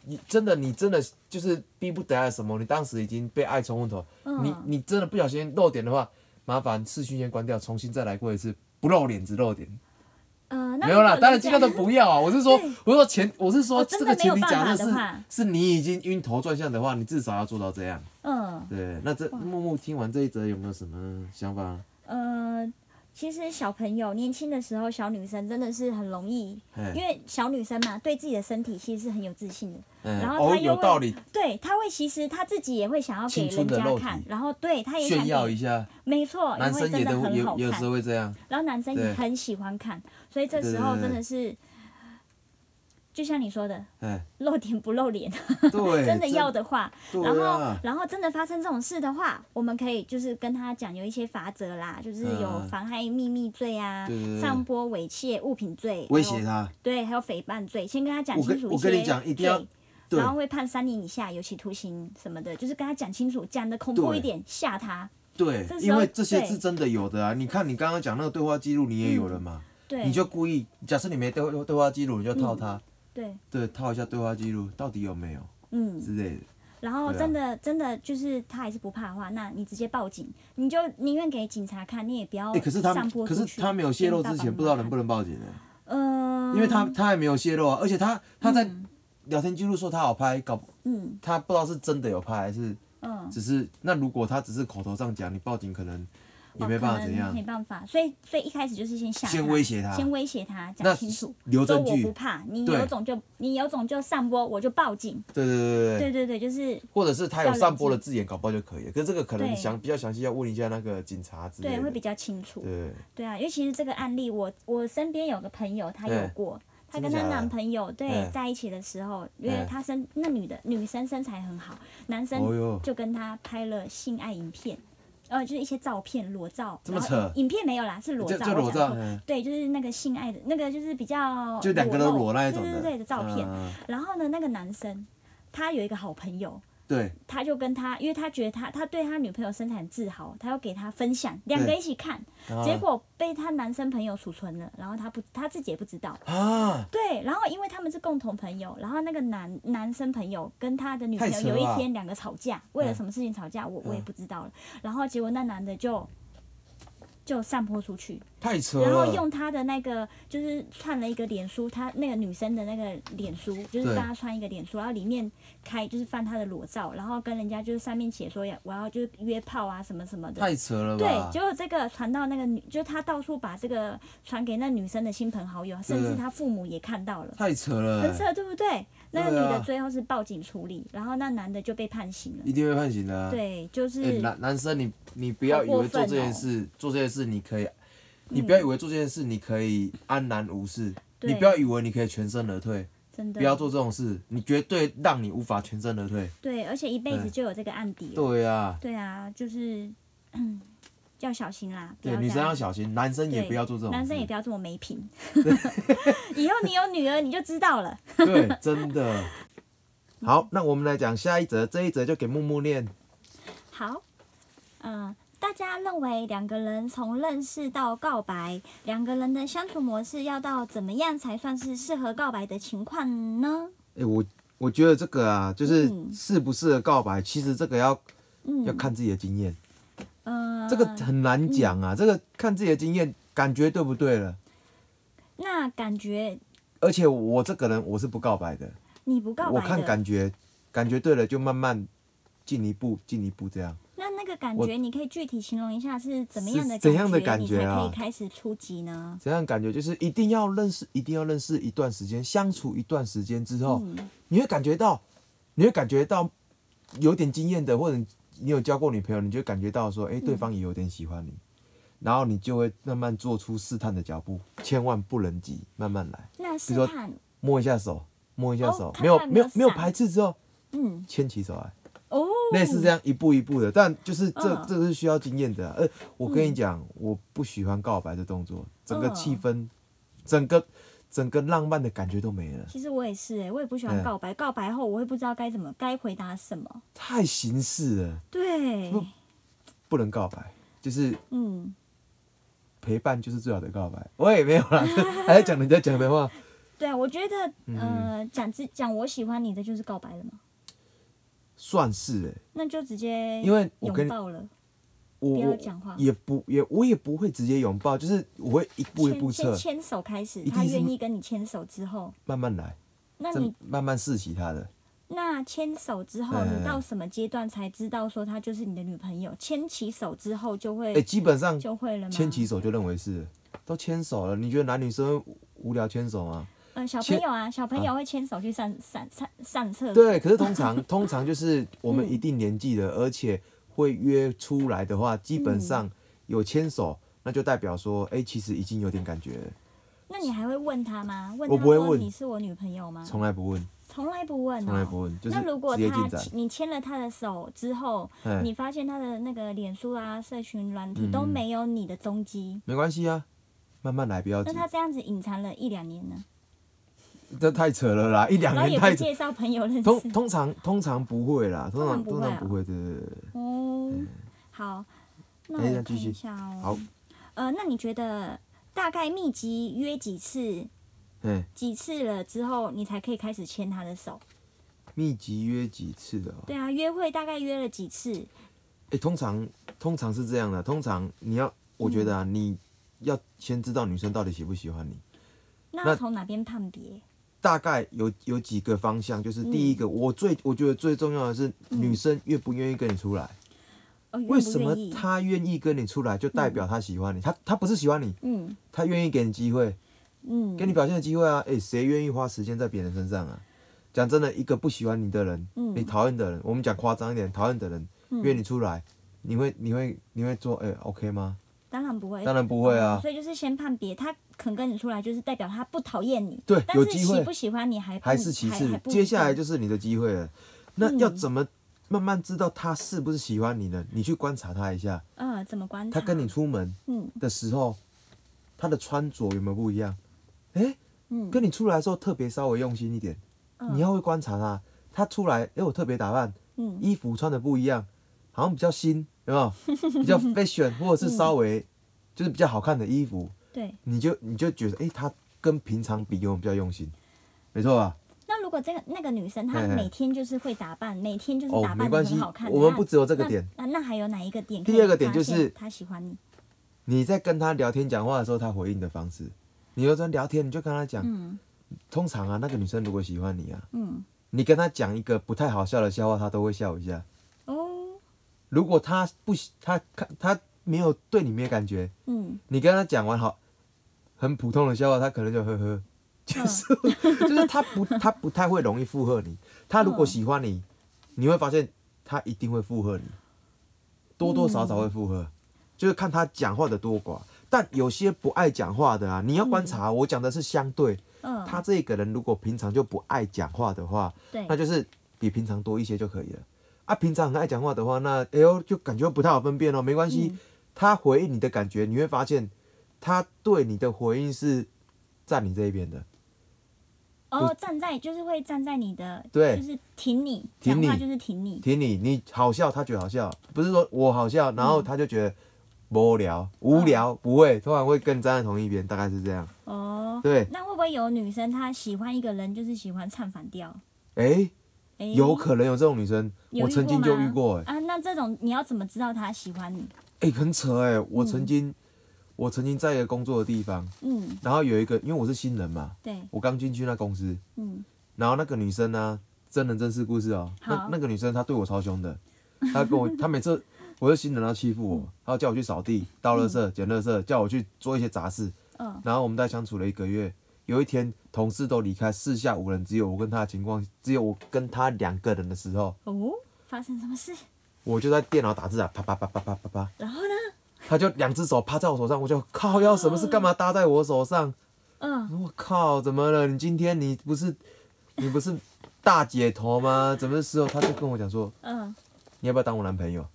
[SPEAKER 1] 你真的你真的就是逼不得已什么，你当时已经被爱冲昏头，
[SPEAKER 2] 嗯
[SPEAKER 1] 你你真的不小心露点的话，麻烦视讯先关掉，重新再来过一次，不露脸只露点，
[SPEAKER 2] 呃，那
[SPEAKER 1] 没有啦，
[SPEAKER 2] 如果
[SPEAKER 1] 当然
[SPEAKER 2] 你
[SPEAKER 1] 尽量都
[SPEAKER 2] 讲
[SPEAKER 1] 不要啊，我是说
[SPEAKER 2] 对，
[SPEAKER 1] 我是说前，我是说
[SPEAKER 2] 哦真
[SPEAKER 1] 这
[SPEAKER 2] 的
[SPEAKER 1] 个
[SPEAKER 2] 没有
[SPEAKER 1] 前提假
[SPEAKER 2] 办法
[SPEAKER 1] 设
[SPEAKER 2] 的
[SPEAKER 1] 是
[SPEAKER 2] 话
[SPEAKER 1] 是你已经晕头转向的话，你至少要做到这样，
[SPEAKER 2] 嗯
[SPEAKER 1] 对，那这木木听完这一则有没有什么想法？
[SPEAKER 2] 呃，其实小朋友年轻的时候，小女生真的是很容易，因
[SPEAKER 1] 哎，
[SPEAKER 2] 为小女生嘛，对自己的身体其实是很有自信的。
[SPEAKER 1] 哎
[SPEAKER 2] 然后
[SPEAKER 1] 哦
[SPEAKER 2] 他又
[SPEAKER 1] 有
[SPEAKER 2] 会
[SPEAKER 1] 道理，
[SPEAKER 2] 对，她会其实她自己也会想要给
[SPEAKER 1] 青春
[SPEAKER 2] 人
[SPEAKER 1] 的
[SPEAKER 2] 家
[SPEAKER 1] 肉
[SPEAKER 2] 看
[SPEAKER 1] 体，
[SPEAKER 2] 然后对她也想
[SPEAKER 1] 炫耀
[SPEAKER 2] 给
[SPEAKER 1] 一下，
[SPEAKER 2] 没错，
[SPEAKER 1] 男
[SPEAKER 2] 会
[SPEAKER 1] 生
[SPEAKER 2] 哦真
[SPEAKER 1] 也
[SPEAKER 2] 的
[SPEAKER 1] 都
[SPEAKER 2] 很好
[SPEAKER 1] 有有时
[SPEAKER 2] 看。
[SPEAKER 1] 候会这样。
[SPEAKER 2] 然后男生
[SPEAKER 1] 对
[SPEAKER 2] 也很喜欢看，所以这时候真的是，就像你说的，
[SPEAKER 1] 哎，
[SPEAKER 2] 露点不露脸，
[SPEAKER 1] 对，
[SPEAKER 2] 真的要的话，
[SPEAKER 1] 对
[SPEAKER 2] 然后
[SPEAKER 1] 啊，
[SPEAKER 2] 然后真的发生这种事的话，我们可以就是跟他讲有一些法则啦，就是有
[SPEAKER 1] 嗯
[SPEAKER 2] 妨害秘密罪啊
[SPEAKER 1] 对对对，
[SPEAKER 2] 上播猥亵物品罪，
[SPEAKER 1] 威
[SPEAKER 2] 还
[SPEAKER 1] 胁
[SPEAKER 2] 有
[SPEAKER 1] 他，
[SPEAKER 2] 对，还有诽谤罪，先跟他讲
[SPEAKER 1] 我跟
[SPEAKER 2] 清楚
[SPEAKER 1] 我跟你
[SPEAKER 2] 些
[SPEAKER 1] 讲一定要
[SPEAKER 2] 罪
[SPEAKER 1] 对
[SPEAKER 2] 哎然后会判三年以下有期徒刑什么的，就是跟他讲清楚，讲的恐怖
[SPEAKER 1] 对
[SPEAKER 2] 一点，吓他。
[SPEAKER 1] 对
[SPEAKER 2] 这，时
[SPEAKER 1] 因为
[SPEAKER 2] 候
[SPEAKER 1] 这些
[SPEAKER 2] 对嗯
[SPEAKER 1] 是真的有的啊。你看你刚刚讲那个对话记录，你也有了嘛？
[SPEAKER 2] 对，嗯
[SPEAKER 1] 你就故意，假设你没对对话记录，你就套他，
[SPEAKER 2] 对，
[SPEAKER 1] 对，套一下对话记录，到底有没有
[SPEAKER 2] 嗯，
[SPEAKER 1] 之类的。
[SPEAKER 2] 然后
[SPEAKER 1] 对啊
[SPEAKER 2] 真的、真的就是他还是不怕的话，那你直接报警，你就宁愿给警察看，你也不要
[SPEAKER 1] 哎，可是他
[SPEAKER 2] 上哦播
[SPEAKER 1] 可是
[SPEAKER 2] 出去
[SPEAKER 1] 他没有泄露之前，不知道能不
[SPEAKER 2] 能，
[SPEAKER 1] 能报警呢？
[SPEAKER 2] 嗯、
[SPEAKER 1] 因为他他还没有泄露啊，而且他他在聊天记录说他有拍，搞
[SPEAKER 2] 嗯
[SPEAKER 1] 他不知道是真的有拍还是
[SPEAKER 2] 嗯，
[SPEAKER 1] 只是那如果他只是口头上讲，你报警可能也
[SPEAKER 2] 哦
[SPEAKER 1] 没办
[SPEAKER 2] 可
[SPEAKER 1] 法
[SPEAKER 2] 能
[SPEAKER 1] 怎样
[SPEAKER 2] 没。办法，所以所以一开始就是先吓他，
[SPEAKER 1] 先威胁他
[SPEAKER 2] 先威胁他，
[SPEAKER 1] 那
[SPEAKER 2] 讲清楚，
[SPEAKER 1] 留
[SPEAKER 2] 说
[SPEAKER 1] 证
[SPEAKER 2] 我
[SPEAKER 1] 据
[SPEAKER 2] 不，怕，你
[SPEAKER 1] 对
[SPEAKER 2] 有种就你有种就上播，我就报警，
[SPEAKER 1] 对对对对
[SPEAKER 2] 对对对，就是
[SPEAKER 1] 或者是他有上播的字眼，搞不好就可以了。可是这个可能
[SPEAKER 2] 对
[SPEAKER 1] 详比较详细，要问一下那个警察之类
[SPEAKER 2] 对会
[SPEAKER 1] 的。
[SPEAKER 2] 比较清楚，
[SPEAKER 1] 对，
[SPEAKER 2] 对啊，因为其实这个案例，我我身边有个朋友，她有
[SPEAKER 1] 哎
[SPEAKER 2] 过，她
[SPEAKER 1] 真的
[SPEAKER 2] 跟她
[SPEAKER 1] 假的
[SPEAKER 2] 男朋友对
[SPEAKER 1] 哎
[SPEAKER 2] 在一起的时候，因
[SPEAKER 1] 哎
[SPEAKER 2] 为她身那女的女生身材很好，男
[SPEAKER 1] 哦
[SPEAKER 2] 生
[SPEAKER 1] 哟
[SPEAKER 2] 就跟她拍了性爱影片，呃，就是一些照片裸照，
[SPEAKER 1] 这么
[SPEAKER 2] 然后
[SPEAKER 1] 扯
[SPEAKER 2] 影片没有啦，是裸
[SPEAKER 1] 就
[SPEAKER 2] 照，
[SPEAKER 1] 就
[SPEAKER 2] 我
[SPEAKER 1] 裸
[SPEAKER 2] 讲
[SPEAKER 1] 照
[SPEAKER 2] 错
[SPEAKER 1] 哎
[SPEAKER 2] 对，就是那个性爱的那个，就是比较
[SPEAKER 1] 就两个都
[SPEAKER 2] 露
[SPEAKER 1] 裸那一种
[SPEAKER 2] 对
[SPEAKER 1] 的
[SPEAKER 2] 对对的照片。
[SPEAKER 1] 嗯
[SPEAKER 2] 然后呢，那个男生他有一个好朋友，
[SPEAKER 1] 对，
[SPEAKER 2] 他就跟他，因为他觉得他他对他女朋友身材很自豪，他要给他分享，两个
[SPEAKER 1] 对
[SPEAKER 2] 一起看。
[SPEAKER 1] 啊
[SPEAKER 2] 结果被他男生朋友储存了，然后他不他自己也不知道。
[SPEAKER 1] 啊，
[SPEAKER 2] 对，然后因为他们是共同朋友，然后那个男男生朋友跟他的女朋
[SPEAKER 1] 太
[SPEAKER 2] 友
[SPEAKER 1] 扯了
[SPEAKER 2] 有
[SPEAKER 1] 吧嗯
[SPEAKER 2] 一天两个吵架，为了什么事情吵架，我我也不知道了。然后结果那男的就就散播出去，
[SPEAKER 1] 太扯
[SPEAKER 2] 然后
[SPEAKER 1] 了。
[SPEAKER 2] 用他的那个就是串了一个脸书，他那个女生的那个脸书，就是
[SPEAKER 1] 对
[SPEAKER 2] 大家穿一个脸书，然后里面开就是放他的裸照，然后跟人家就是上面写说要我要就是约炮啊什么什么的，
[SPEAKER 1] 太扯了吧
[SPEAKER 2] 对，？结果这个传到那个女，就是他到处把这
[SPEAKER 1] 嗯
[SPEAKER 2] 个传给那女生的亲朋好友，甚至他父母也看到了，
[SPEAKER 1] 太扯了
[SPEAKER 2] 很
[SPEAKER 1] 欸。
[SPEAKER 2] 扯，对不对？那个女
[SPEAKER 1] 对啊
[SPEAKER 2] 的最后是报警处理，然后那男的就被判刑了。
[SPEAKER 1] 一定会判刑的、啊。
[SPEAKER 2] 对，就
[SPEAKER 1] 哎、
[SPEAKER 2] 是
[SPEAKER 1] 男男生你你不要以为做这
[SPEAKER 2] 哦
[SPEAKER 1] 件事、做这件事你可以，你不要以为做这件事你可以安然无事，
[SPEAKER 2] 嗯对
[SPEAKER 1] 你不要以为你可以全身而退，
[SPEAKER 2] 真的
[SPEAKER 1] 不要做这种事，你绝对让你无法全身而退。
[SPEAKER 2] 对，而且一辈子
[SPEAKER 1] 对
[SPEAKER 2] 就有这个案底了。
[SPEAKER 1] 对啊，
[SPEAKER 2] 对啊，就是 嗯要小心啦，不
[SPEAKER 1] 对，
[SPEAKER 2] 要
[SPEAKER 1] 女
[SPEAKER 2] 这
[SPEAKER 1] 生
[SPEAKER 2] 样
[SPEAKER 1] 要小心，男生也
[SPEAKER 2] 啊对
[SPEAKER 1] 不要做这种事，
[SPEAKER 2] 男生也不要这么没品。 以后你有女儿你就知道了。
[SPEAKER 1] 对，真 的。好，那我们来讲下一则，这一则就给木木念。
[SPEAKER 2] 好，嗯、大家认为两个人从认识到告白，两个人的相处模式要到怎么样才算是适合告白的情况呢？
[SPEAKER 1] 哎、我我觉得这个啊，就是
[SPEAKER 2] 嗯
[SPEAKER 1] 适不适合告白，其实这个要要
[SPEAKER 2] 嗯，
[SPEAKER 1] 看自己的经验，
[SPEAKER 2] 呃，
[SPEAKER 1] 这个很难讲
[SPEAKER 2] 嗯
[SPEAKER 1] 啊，这个看自己的经验，感觉对不对了。
[SPEAKER 2] 那感觉
[SPEAKER 1] 而且我这个人我是不告白的，
[SPEAKER 2] 你不告
[SPEAKER 1] 我
[SPEAKER 2] 白
[SPEAKER 1] 看
[SPEAKER 2] 的，
[SPEAKER 1] 感觉，感觉对了就慢慢进一步进一步这样。
[SPEAKER 2] 那那个感
[SPEAKER 1] 我
[SPEAKER 2] 觉你可以具体形容一下是怎么样的
[SPEAKER 1] 是怎样的
[SPEAKER 2] 感
[SPEAKER 1] 感觉啊
[SPEAKER 2] 你才可以开始出击呢？
[SPEAKER 1] 这样感觉就是一定要认识，一定要认识一段时间，相处一段时间之后，
[SPEAKER 2] 嗯
[SPEAKER 1] 你会感觉到，你会感觉到有点经验的，或者你有交过女朋友，你就会感觉到说，哎、
[SPEAKER 2] 嗯
[SPEAKER 1] 对方也有点喜欢你，然后你就会慢慢做出试探的脚步，千万不能急，慢慢来，
[SPEAKER 2] 那
[SPEAKER 1] 比
[SPEAKER 2] 试
[SPEAKER 1] 如说
[SPEAKER 2] 探，
[SPEAKER 1] 摸一下手，摸一下
[SPEAKER 2] 哦
[SPEAKER 1] 手，
[SPEAKER 2] 看
[SPEAKER 1] 没有
[SPEAKER 2] 看有
[SPEAKER 1] 没
[SPEAKER 2] 没有
[SPEAKER 1] 有没有
[SPEAKER 2] 闪
[SPEAKER 1] 排斥之后，
[SPEAKER 2] 嗯，
[SPEAKER 1] 牵起手来，
[SPEAKER 2] 哦，
[SPEAKER 1] 类似这样一步一步的，但就是这、
[SPEAKER 2] 嗯
[SPEAKER 1] 这是需要经验的啊、呃，我跟你讲，我不喜欢告白的动作，整个
[SPEAKER 2] 嗯
[SPEAKER 1] 气氛，整个整个浪漫的感觉都没了，
[SPEAKER 2] 其实我也是、欸，我也不喜欢
[SPEAKER 1] 对
[SPEAKER 2] 告白，告白后我会不知道该怎么该回答什么。
[SPEAKER 1] 太形式了，
[SPEAKER 2] 对，
[SPEAKER 1] 不不能告白，就是
[SPEAKER 2] 嗯，
[SPEAKER 1] 陪伴就是最好的告白。我也没有啦， 还在讲人家讲的话，
[SPEAKER 2] 对啊，我觉得
[SPEAKER 1] 嗯
[SPEAKER 2] 呃，讲自讲我喜欢你的就是告白了嘛，
[SPEAKER 1] 算是哎、
[SPEAKER 2] 那就直接
[SPEAKER 1] 因为我跟
[SPEAKER 2] 拥
[SPEAKER 1] 你
[SPEAKER 2] 抱了，
[SPEAKER 1] 我
[SPEAKER 2] 不要
[SPEAKER 1] 我
[SPEAKER 2] 讲话
[SPEAKER 1] 也不也我也不会直接拥抱，就是我会一步一
[SPEAKER 2] 牵
[SPEAKER 1] 步
[SPEAKER 2] 牵
[SPEAKER 1] 测，
[SPEAKER 2] 牵手开始，
[SPEAKER 1] 定
[SPEAKER 2] 他
[SPEAKER 1] 是
[SPEAKER 2] 愿意跟你牵手之后，
[SPEAKER 1] 慢慢来，
[SPEAKER 2] 那
[SPEAKER 1] 真
[SPEAKER 2] 你
[SPEAKER 1] 慢慢试其他的。
[SPEAKER 2] 那牵手之后，
[SPEAKER 1] 嗯
[SPEAKER 2] 你到什么阶段才知道说她就是你的女朋友？牵起手之后就会、
[SPEAKER 1] 哎、基本上
[SPEAKER 2] 就会了吗？
[SPEAKER 1] 牵起手就认为是，都牵手了，你觉得男女生无聊牵手吗？
[SPEAKER 2] 呃小朋
[SPEAKER 1] 牵
[SPEAKER 2] 友啊，小朋友会牵手去上上上上厕所，
[SPEAKER 1] 对，可是通 常通常就是我
[SPEAKER 2] 嗯
[SPEAKER 1] 们一定年纪了，而且会约出来的话，基本
[SPEAKER 2] 嗯
[SPEAKER 1] 上有牵手，那就代表说，哎、其实已经有点感觉了，
[SPEAKER 2] 那你还会问他吗？问
[SPEAKER 1] 我
[SPEAKER 2] 他
[SPEAKER 1] 不会
[SPEAKER 2] 说
[SPEAKER 1] 问
[SPEAKER 2] 你是我女朋友吗？
[SPEAKER 1] 从来不问，
[SPEAKER 2] 从来不问、哦，
[SPEAKER 1] 从来不问就是
[SPEAKER 2] 嗯那如果
[SPEAKER 1] 直接
[SPEAKER 2] 他
[SPEAKER 1] 进展
[SPEAKER 2] 你牵了他的手之后，
[SPEAKER 1] 哎嗯
[SPEAKER 2] 你发现他的那个脸书啊、社群软体都没有你的踪迹，
[SPEAKER 1] 没关系啊，慢慢来，不要急
[SPEAKER 2] 那，他这样子隐藏了一两年呢，
[SPEAKER 1] 这太扯了啦，一两
[SPEAKER 2] 嗯然后
[SPEAKER 1] 年
[SPEAKER 2] 也不
[SPEAKER 1] 太扯。
[SPEAKER 2] 介绍朋友认识，
[SPEAKER 1] 通通常通常不会啦，通常
[SPEAKER 2] 通
[SPEAKER 1] 通
[SPEAKER 2] 常
[SPEAKER 1] 常
[SPEAKER 2] 不
[SPEAKER 1] 不
[SPEAKER 2] 会
[SPEAKER 1] 会，
[SPEAKER 2] 啊
[SPEAKER 1] 对对对。对
[SPEAKER 2] 哦，好，那
[SPEAKER 1] 嗯哎那
[SPEAKER 2] 我看
[SPEAKER 1] 继续
[SPEAKER 2] 一下哦，
[SPEAKER 1] 好，
[SPEAKER 2] 呃，那你觉得大概密集约几次？
[SPEAKER 1] 哎，
[SPEAKER 2] 几次了之后，你才可以开始牵他的手？
[SPEAKER 1] 密集约几次的哦？
[SPEAKER 2] 对啊，约会大概约了几次？
[SPEAKER 1] 哎、通常通常是这样的，啊通常你要，我觉得
[SPEAKER 2] 嗯
[SPEAKER 1] 啊，你要先知道女生到底喜不喜欢你。
[SPEAKER 2] 那
[SPEAKER 1] 那
[SPEAKER 2] 从哪边判别？
[SPEAKER 1] 大概有有几个方向，就是第一
[SPEAKER 2] 嗯
[SPEAKER 1] 个，我最我觉得最重要的是女生愿不愿意跟你出来。
[SPEAKER 2] 哦，愿不
[SPEAKER 1] 为什么
[SPEAKER 2] 愿意？
[SPEAKER 1] 她愿意跟你出来，就代表她喜欢你？她她不是喜欢你，
[SPEAKER 2] 嗯
[SPEAKER 1] 她愿意给你机会，
[SPEAKER 2] 嗯，
[SPEAKER 1] 给你表现的机会啊！哎、谁愿意花时间在别人身上啊？讲真的，一个不喜欢你的人，
[SPEAKER 2] 嗯
[SPEAKER 1] 你讨厌的人，我们讲夸张一点，讨厌的人约你出来，你会你会你会做哎、OK 吗？
[SPEAKER 2] 当然不会，
[SPEAKER 1] 当然不会啊
[SPEAKER 2] 嗯所以就是先判别，他肯跟你出来，就是代表他不讨厌你，
[SPEAKER 1] 对
[SPEAKER 2] 但
[SPEAKER 1] 有
[SPEAKER 2] 是
[SPEAKER 1] 机会
[SPEAKER 2] 喜不喜欢你还不
[SPEAKER 1] 还是其
[SPEAKER 2] 嗯还还
[SPEAKER 1] 次，
[SPEAKER 2] 不一嗯定
[SPEAKER 1] 接下来就是你的机会了。那要怎么慢慢知道他是不是喜欢你呢？你去观察他一下，
[SPEAKER 2] 嗯，怎么观察？
[SPEAKER 1] 他跟你出门
[SPEAKER 2] 嗯
[SPEAKER 1] 的时候，他的穿着有没有不一样？哎、
[SPEAKER 2] 嗯
[SPEAKER 1] 跟你出来的时候特别稍微用心一点，
[SPEAKER 2] 嗯
[SPEAKER 1] 你要会观察他。他出来，哎、我特别打扮，
[SPEAKER 2] 嗯
[SPEAKER 1] 衣服穿的不一样，好像比较新，有没有？比较 fashion，或者是
[SPEAKER 2] 嗯
[SPEAKER 1] 稍微就是比较好看的衣服，
[SPEAKER 2] 对。
[SPEAKER 1] 你就你就觉得，哎、他跟平常比有没有比较用心，没错吧？
[SPEAKER 2] 那如果这个那个女生她
[SPEAKER 1] 嘿嘿
[SPEAKER 2] 每天就是会打扮，每天就是
[SPEAKER 1] 哦
[SPEAKER 2] 打扮
[SPEAKER 1] 没
[SPEAKER 2] 的
[SPEAKER 1] 关系
[SPEAKER 2] 很好看，
[SPEAKER 1] 我们
[SPEAKER 2] 那
[SPEAKER 1] 不只有这个点
[SPEAKER 2] 那那那还有哪一个点可以发现？
[SPEAKER 1] 第二个点就是
[SPEAKER 2] 她喜欢你，
[SPEAKER 1] 你在跟他聊天讲话的时候，他回应的方式，你有时候聊天你就跟他讲，
[SPEAKER 2] 嗯
[SPEAKER 1] 通常啊，那个女生如果喜欢你啊，
[SPEAKER 2] 嗯
[SPEAKER 1] 你跟她讲一个不太好笑的笑话，她都会笑一下。
[SPEAKER 2] 哦
[SPEAKER 1] 如果她不喜，她看她没有对你没有感觉，
[SPEAKER 2] 嗯
[SPEAKER 1] 你跟她讲完好很普通的笑话，她可能就呵呵，就是就是他不 他不太会容易附和你，他
[SPEAKER 2] 嗯
[SPEAKER 1] 如果喜欢你，你会发现他一定会附和你，多多少少会附和，就是看他讲话的多寡。但有些不爱讲话的啊，你要观察，我讲的是相对，
[SPEAKER 2] 嗯，
[SPEAKER 1] 他这个人如果平常就不爱讲话的话，
[SPEAKER 2] 对
[SPEAKER 1] 那就是比平常多一些就可以了。啊，平常很爱讲话的话，那哎呦就感觉不太好分辨哦，没关系，
[SPEAKER 2] 嗯
[SPEAKER 1] 他回应你的感觉，你会发现他对你的回应是站你这一边的，
[SPEAKER 2] 哦，站在就是会站在你的，
[SPEAKER 1] 对
[SPEAKER 2] 就是挺你，
[SPEAKER 1] 挺
[SPEAKER 2] 讲
[SPEAKER 1] 你
[SPEAKER 2] 话就是挺你，
[SPEAKER 1] 听你你好笑，他觉得好笑，不是说我好笑，然后他就觉得无聊
[SPEAKER 2] 嗯
[SPEAKER 1] 无聊，不会，通常会更站在同一边，大概是这样。
[SPEAKER 2] 哦，
[SPEAKER 1] 对，
[SPEAKER 2] 那会不会有女生她喜欢一个人就是喜欢唱反调？
[SPEAKER 1] 哎、
[SPEAKER 2] 哎
[SPEAKER 1] 有可能有这种女生，
[SPEAKER 2] 有
[SPEAKER 1] 我
[SPEAKER 2] 遇
[SPEAKER 1] 曾经
[SPEAKER 2] 过
[SPEAKER 1] 就
[SPEAKER 2] 吗
[SPEAKER 1] 遇过、哎。
[SPEAKER 2] 啊，那这种你要怎么知道她喜欢你？
[SPEAKER 1] 哎、很扯哎、我曾经、我曾经在一个工作的地方，
[SPEAKER 2] 嗯，
[SPEAKER 1] 然后有一个，因为我是新人嘛，
[SPEAKER 2] 对，
[SPEAKER 1] 我刚进去那公司，
[SPEAKER 2] 嗯，
[SPEAKER 1] 然后那个女生呢、真人真事故事哦、
[SPEAKER 2] 好
[SPEAKER 1] 那那个女生她对我超凶的，她 跟我，她每次我是新人，她欺负我，她叫我去扫地、倒垃圾、捡垃圾，叫我去做一些杂事，
[SPEAKER 2] 嗯，
[SPEAKER 1] 然后我们大概相处了一个月，有一天同事都离开，四下无人，只有我跟她的情况，只有我跟她两个人的时候，
[SPEAKER 2] 哦，发生什么事？
[SPEAKER 1] 我就在电脑打字啊，啪啪啪啪啪啪啪。
[SPEAKER 2] 然后呢？
[SPEAKER 1] 他就两只手趴在我手上，我就靠，要什么事干嘛搭在我手上？
[SPEAKER 2] 嗯，
[SPEAKER 1] 我靠，怎么了？你今天你不是你不是大姐头吗？怎么时候他就跟我讲说，
[SPEAKER 2] 嗯，
[SPEAKER 1] 你要不要当我男朋友？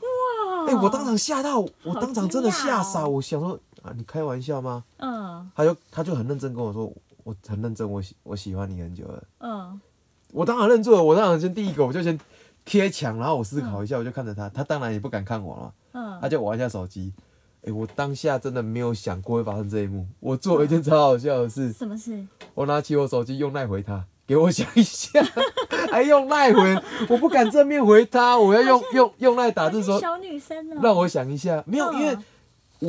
[SPEAKER 2] 哇，
[SPEAKER 1] 哎、我当场吓到，我当场真的吓
[SPEAKER 2] 好惊讶
[SPEAKER 1] 傻，
[SPEAKER 2] 哦
[SPEAKER 1] 我想说啊，你开玩笑吗？
[SPEAKER 2] 嗯
[SPEAKER 1] 他就他就很认真跟我说，我很认真，我喜我喜欢你很久了。
[SPEAKER 2] 嗯，
[SPEAKER 1] 我当然认错了，我当然先第一个我就先贴墙，然后我思考一下，我就看着他，他当然也不敢看我了。
[SPEAKER 2] 嗯，
[SPEAKER 1] 他就玩一下手机。诶，我当下真的没有想过会发生这一幕。我做了
[SPEAKER 2] 嗯
[SPEAKER 1] 一件超好笑的事，
[SPEAKER 2] 什么事？
[SPEAKER 1] 我拿起我手机用赖回他，给我想一下， 还用赖回，我不敢正面回他，我要用用用赖打字
[SPEAKER 2] 是
[SPEAKER 1] 说，
[SPEAKER 2] 小女生哦。
[SPEAKER 1] 让我想一下。没有，
[SPEAKER 2] 嗯
[SPEAKER 1] 因为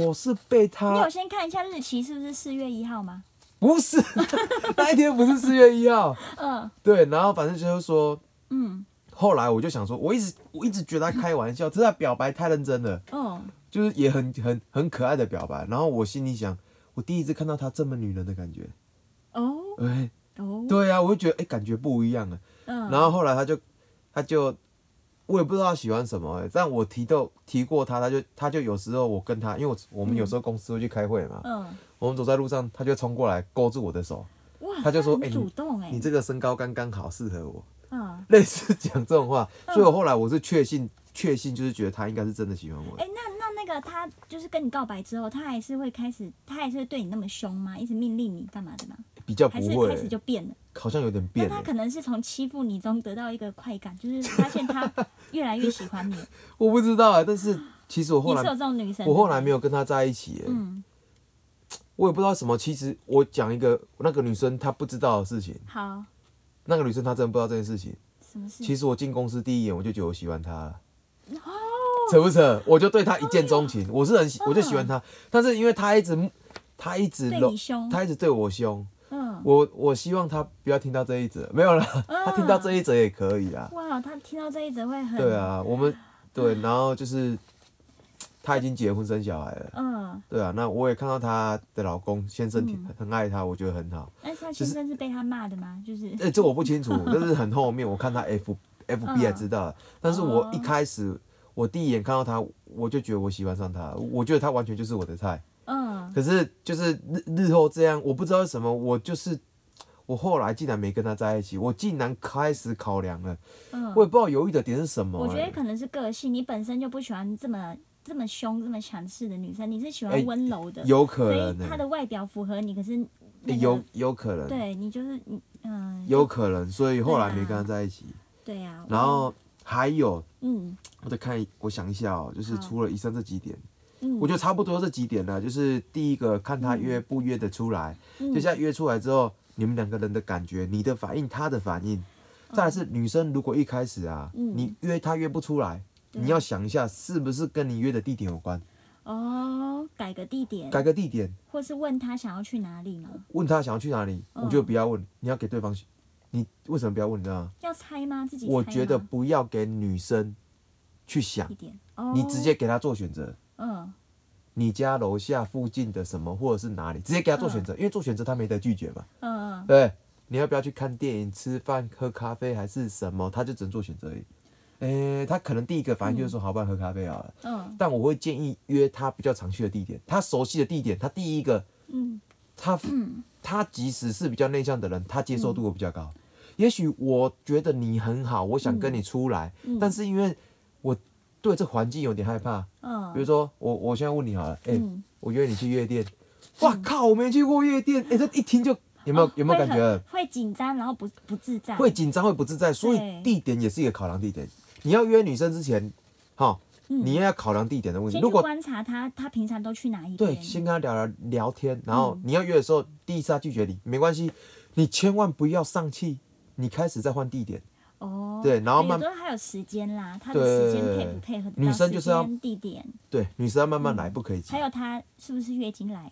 [SPEAKER 1] 我是被
[SPEAKER 2] 你
[SPEAKER 1] 他
[SPEAKER 2] 有先看一下日期是不是四月一号吗？
[SPEAKER 1] 不是 那一天不是四月一号，
[SPEAKER 2] 嗯
[SPEAKER 1] 对，然后反正就是说，
[SPEAKER 2] 嗯
[SPEAKER 1] 后来我就想说，我一直我一直觉得他开玩笑，这 他表白太认真了。
[SPEAKER 2] 哦
[SPEAKER 1] 就是也很很很可爱的表白。然后我心里想，我第一次看到她这么女人的感觉，
[SPEAKER 2] 哦
[SPEAKER 1] 哎、
[SPEAKER 2] 哦，
[SPEAKER 1] 对啊，我就觉得哎、感觉不一样啊。
[SPEAKER 2] 嗯，
[SPEAKER 1] 然后后来她就，她就，我也不知道她喜欢什么、哎但我提到提过她，她就她就有时候我跟她，因为我我们有时候公司会去开会嘛，
[SPEAKER 2] 嗯
[SPEAKER 1] 我们走在路上，她就冲过来勾住我的手，
[SPEAKER 2] 哇，
[SPEAKER 1] 他就说
[SPEAKER 2] 很
[SPEAKER 1] 哎你
[SPEAKER 2] 主动哎，
[SPEAKER 1] 你这个身高刚刚好适合我，
[SPEAKER 2] 嗯
[SPEAKER 1] 类似讲这种话，所以我后来我是确信确信就是觉得她应该是真的喜欢我的。
[SPEAKER 2] 哎，那那那个他就是跟你告白之后，他还是会开始，他还是会对你那么凶吗？一直命令你干嘛的吗？
[SPEAKER 1] 比较
[SPEAKER 2] 还
[SPEAKER 1] 不
[SPEAKER 2] 是
[SPEAKER 1] 会、
[SPEAKER 2] 开始就变了？
[SPEAKER 1] 好像有点
[SPEAKER 2] 那
[SPEAKER 1] 变、
[SPEAKER 2] 他
[SPEAKER 1] 了。
[SPEAKER 2] 可能是从欺负你中得到一个快感，就是发现他越来越喜欢你了。
[SPEAKER 1] 我不知道啊，但是其 实我
[SPEAKER 2] 你
[SPEAKER 1] 后
[SPEAKER 2] 是有
[SPEAKER 1] 来
[SPEAKER 2] 这种女生？
[SPEAKER 1] 我后来没有跟他在一起耶，
[SPEAKER 2] 嗯，
[SPEAKER 1] 我也不知道什么。其实我讲一个那个女生她不知道的事情，
[SPEAKER 2] 好，
[SPEAKER 1] 那个女生她真的不知道这件事情。
[SPEAKER 2] 什么事？
[SPEAKER 1] 其实我进公司第一眼我就觉得我喜欢她了，
[SPEAKER 2] 哦，
[SPEAKER 1] 扯不扯？我就对她一见钟情，我是很喜我就喜欢她，但是因为她一直她一直
[SPEAKER 2] 嗯对
[SPEAKER 1] 搂
[SPEAKER 2] 你凶
[SPEAKER 1] 她一直对我凶，
[SPEAKER 2] 嗯，
[SPEAKER 1] 我我希望她不要听到这一则，没有啦，
[SPEAKER 2] 嗯
[SPEAKER 1] 她听到这一则也可以啦。
[SPEAKER 2] 哇，他听到这一则会很
[SPEAKER 1] 对，啊，我们对，然后就是她已经结婚生小孩了。
[SPEAKER 2] 嗯，
[SPEAKER 1] 对啊，那我也看到她的老公先生挺
[SPEAKER 2] 嗯
[SPEAKER 1] 很爱她，我觉得很好。
[SPEAKER 2] 但是他
[SPEAKER 1] 就
[SPEAKER 2] 先
[SPEAKER 1] 是
[SPEAKER 2] 生是被他骂的吗？就是
[SPEAKER 1] 哎、这我不 清楚，但是很后面我看她 F F
[SPEAKER 2] 嗯
[SPEAKER 1] B 才知道了。但是我一开始，我第一眼看到她，我就觉得我喜欢上她了，我觉得她完全就是我的菜。
[SPEAKER 2] 嗯，
[SPEAKER 1] 可是就是日日后这样，我不知道为什么，我就是我后来竟然没跟她在一起，我竟然开始考量了，
[SPEAKER 2] 嗯
[SPEAKER 1] 我也不知道犹豫的点是什么、
[SPEAKER 2] 我觉
[SPEAKER 1] 哎
[SPEAKER 2] 得可能是个性，你本身就不喜欢这么这么凶、这么强势的女生，你是喜
[SPEAKER 1] 哎
[SPEAKER 2] 欢温柔的，
[SPEAKER 1] 有可
[SPEAKER 2] 所
[SPEAKER 1] 能、
[SPEAKER 2] 以
[SPEAKER 1] 呢，
[SPEAKER 2] 她的外表符合你，可是那
[SPEAKER 1] 哎
[SPEAKER 2] 个
[SPEAKER 1] 有有可能，
[SPEAKER 2] 对你就是你嗯，
[SPEAKER 1] 有可能，所以后来没
[SPEAKER 2] 对啊
[SPEAKER 1] 跟她在一起。
[SPEAKER 2] 对啊，
[SPEAKER 1] 然后还有
[SPEAKER 2] 嗯
[SPEAKER 1] 我再看一，我想一下哦，就是
[SPEAKER 2] 好
[SPEAKER 1] 除了以上这几点，
[SPEAKER 2] 嗯，
[SPEAKER 1] 我觉得差不多这几点了。就是第一个，看他约不约得出来，
[SPEAKER 2] 嗯
[SPEAKER 1] 就像约出来之后，你们两个人的感觉，你的反应，他的反应。再来是女生，如果一开始啊，
[SPEAKER 2] 嗯
[SPEAKER 1] 你约她约不出来，
[SPEAKER 2] 对
[SPEAKER 1] 你要想一下是不是跟你约的地点有关，
[SPEAKER 2] 哦，改个地点，
[SPEAKER 1] 改个地点，
[SPEAKER 2] 或是问他想要去哪里吗？
[SPEAKER 1] 问她想要去哪里，
[SPEAKER 2] 嗯
[SPEAKER 1] 我觉得不要问，你要给对方，你为什么不要问？你知道吗？
[SPEAKER 2] 要猜吗？自己猜吗
[SPEAKER 1] 我觉得不要给女生去想
[SPEAKER 2] 一，点，哦，
[SPEAKER 1] 你直接给她做选择。
[SPEAKER 2] 嗯
[SPEAKER 1] 你家楼下附近的什么，或者是哪里，直接给他做选择，因为做选择他没得拒绝嘛。
[SPEAKER 2] 嗯，
[SPEAKER 1] 对，你要不要去看电影、吃饭、喝咖啡还是什么？他就只能做选择而已。诶、他可能第一个反应就是说，好，不然喝咖啡好了。
[SPEAKER 2] 嗯，
[SPEAKER 1] 但我会建议约他比较常去的地点，他熟悉的地点。他第一个，
[SPEAKER 2] 嗯，嗯
[SPEAKER 1] 他他即使是比较内向的人，他接受度会比较高。也许我觉得你很好，我想跟你出来，但是因为我对这环境有点害怕，
[SPEAKER 2] 嗯，
[SPEAKER 1] 比如说，我我现在问你好了，哎、
[SPEAKER 2] 嗯
[SPEAKER 1] 我约你去夜店，哇靠，我没去过夜店，哎、这一听就有没有、有没有
[SPEAKER 2] 哦会
[SPEAKER 1] 感觉
[SPEAKER 2] 很？会紧张，然后不不自在，
[SPEAKER 1] 会紧张，会不自在，所以
[SPEAKER 2] 对
[SPEAKER 1] 地点也是一个考量地点。你要约女生之前，哈，你也要考量地点的问题。
[SPEAKER 2] 嗯先
[SPEAKER 1] 如
[SPEAKER 2] 去
[SPEAKER 1] 果
[SPEAKER 2] 观察他，他平常都去哪一边？
[SPEAKER 1] 对，先跟他聊聊聊天，然后你要约的时候，第一次他拒绝你没关系，你千万不要丧气，你开始再换地点。
[SPEAKER 2] 哦，
[SPEAKER 1] 对然后慢
[SPEAKER 2] 有时候还有时间啦，他的时间配不配合得到
[SPEAKER 1] 女生就是要
[SPEAKER 2] 时间地点，
[SPEAKER 1] 对，女生要慢慢来，不可以急
[SPEAKER 2] 还有他是不是月 经来？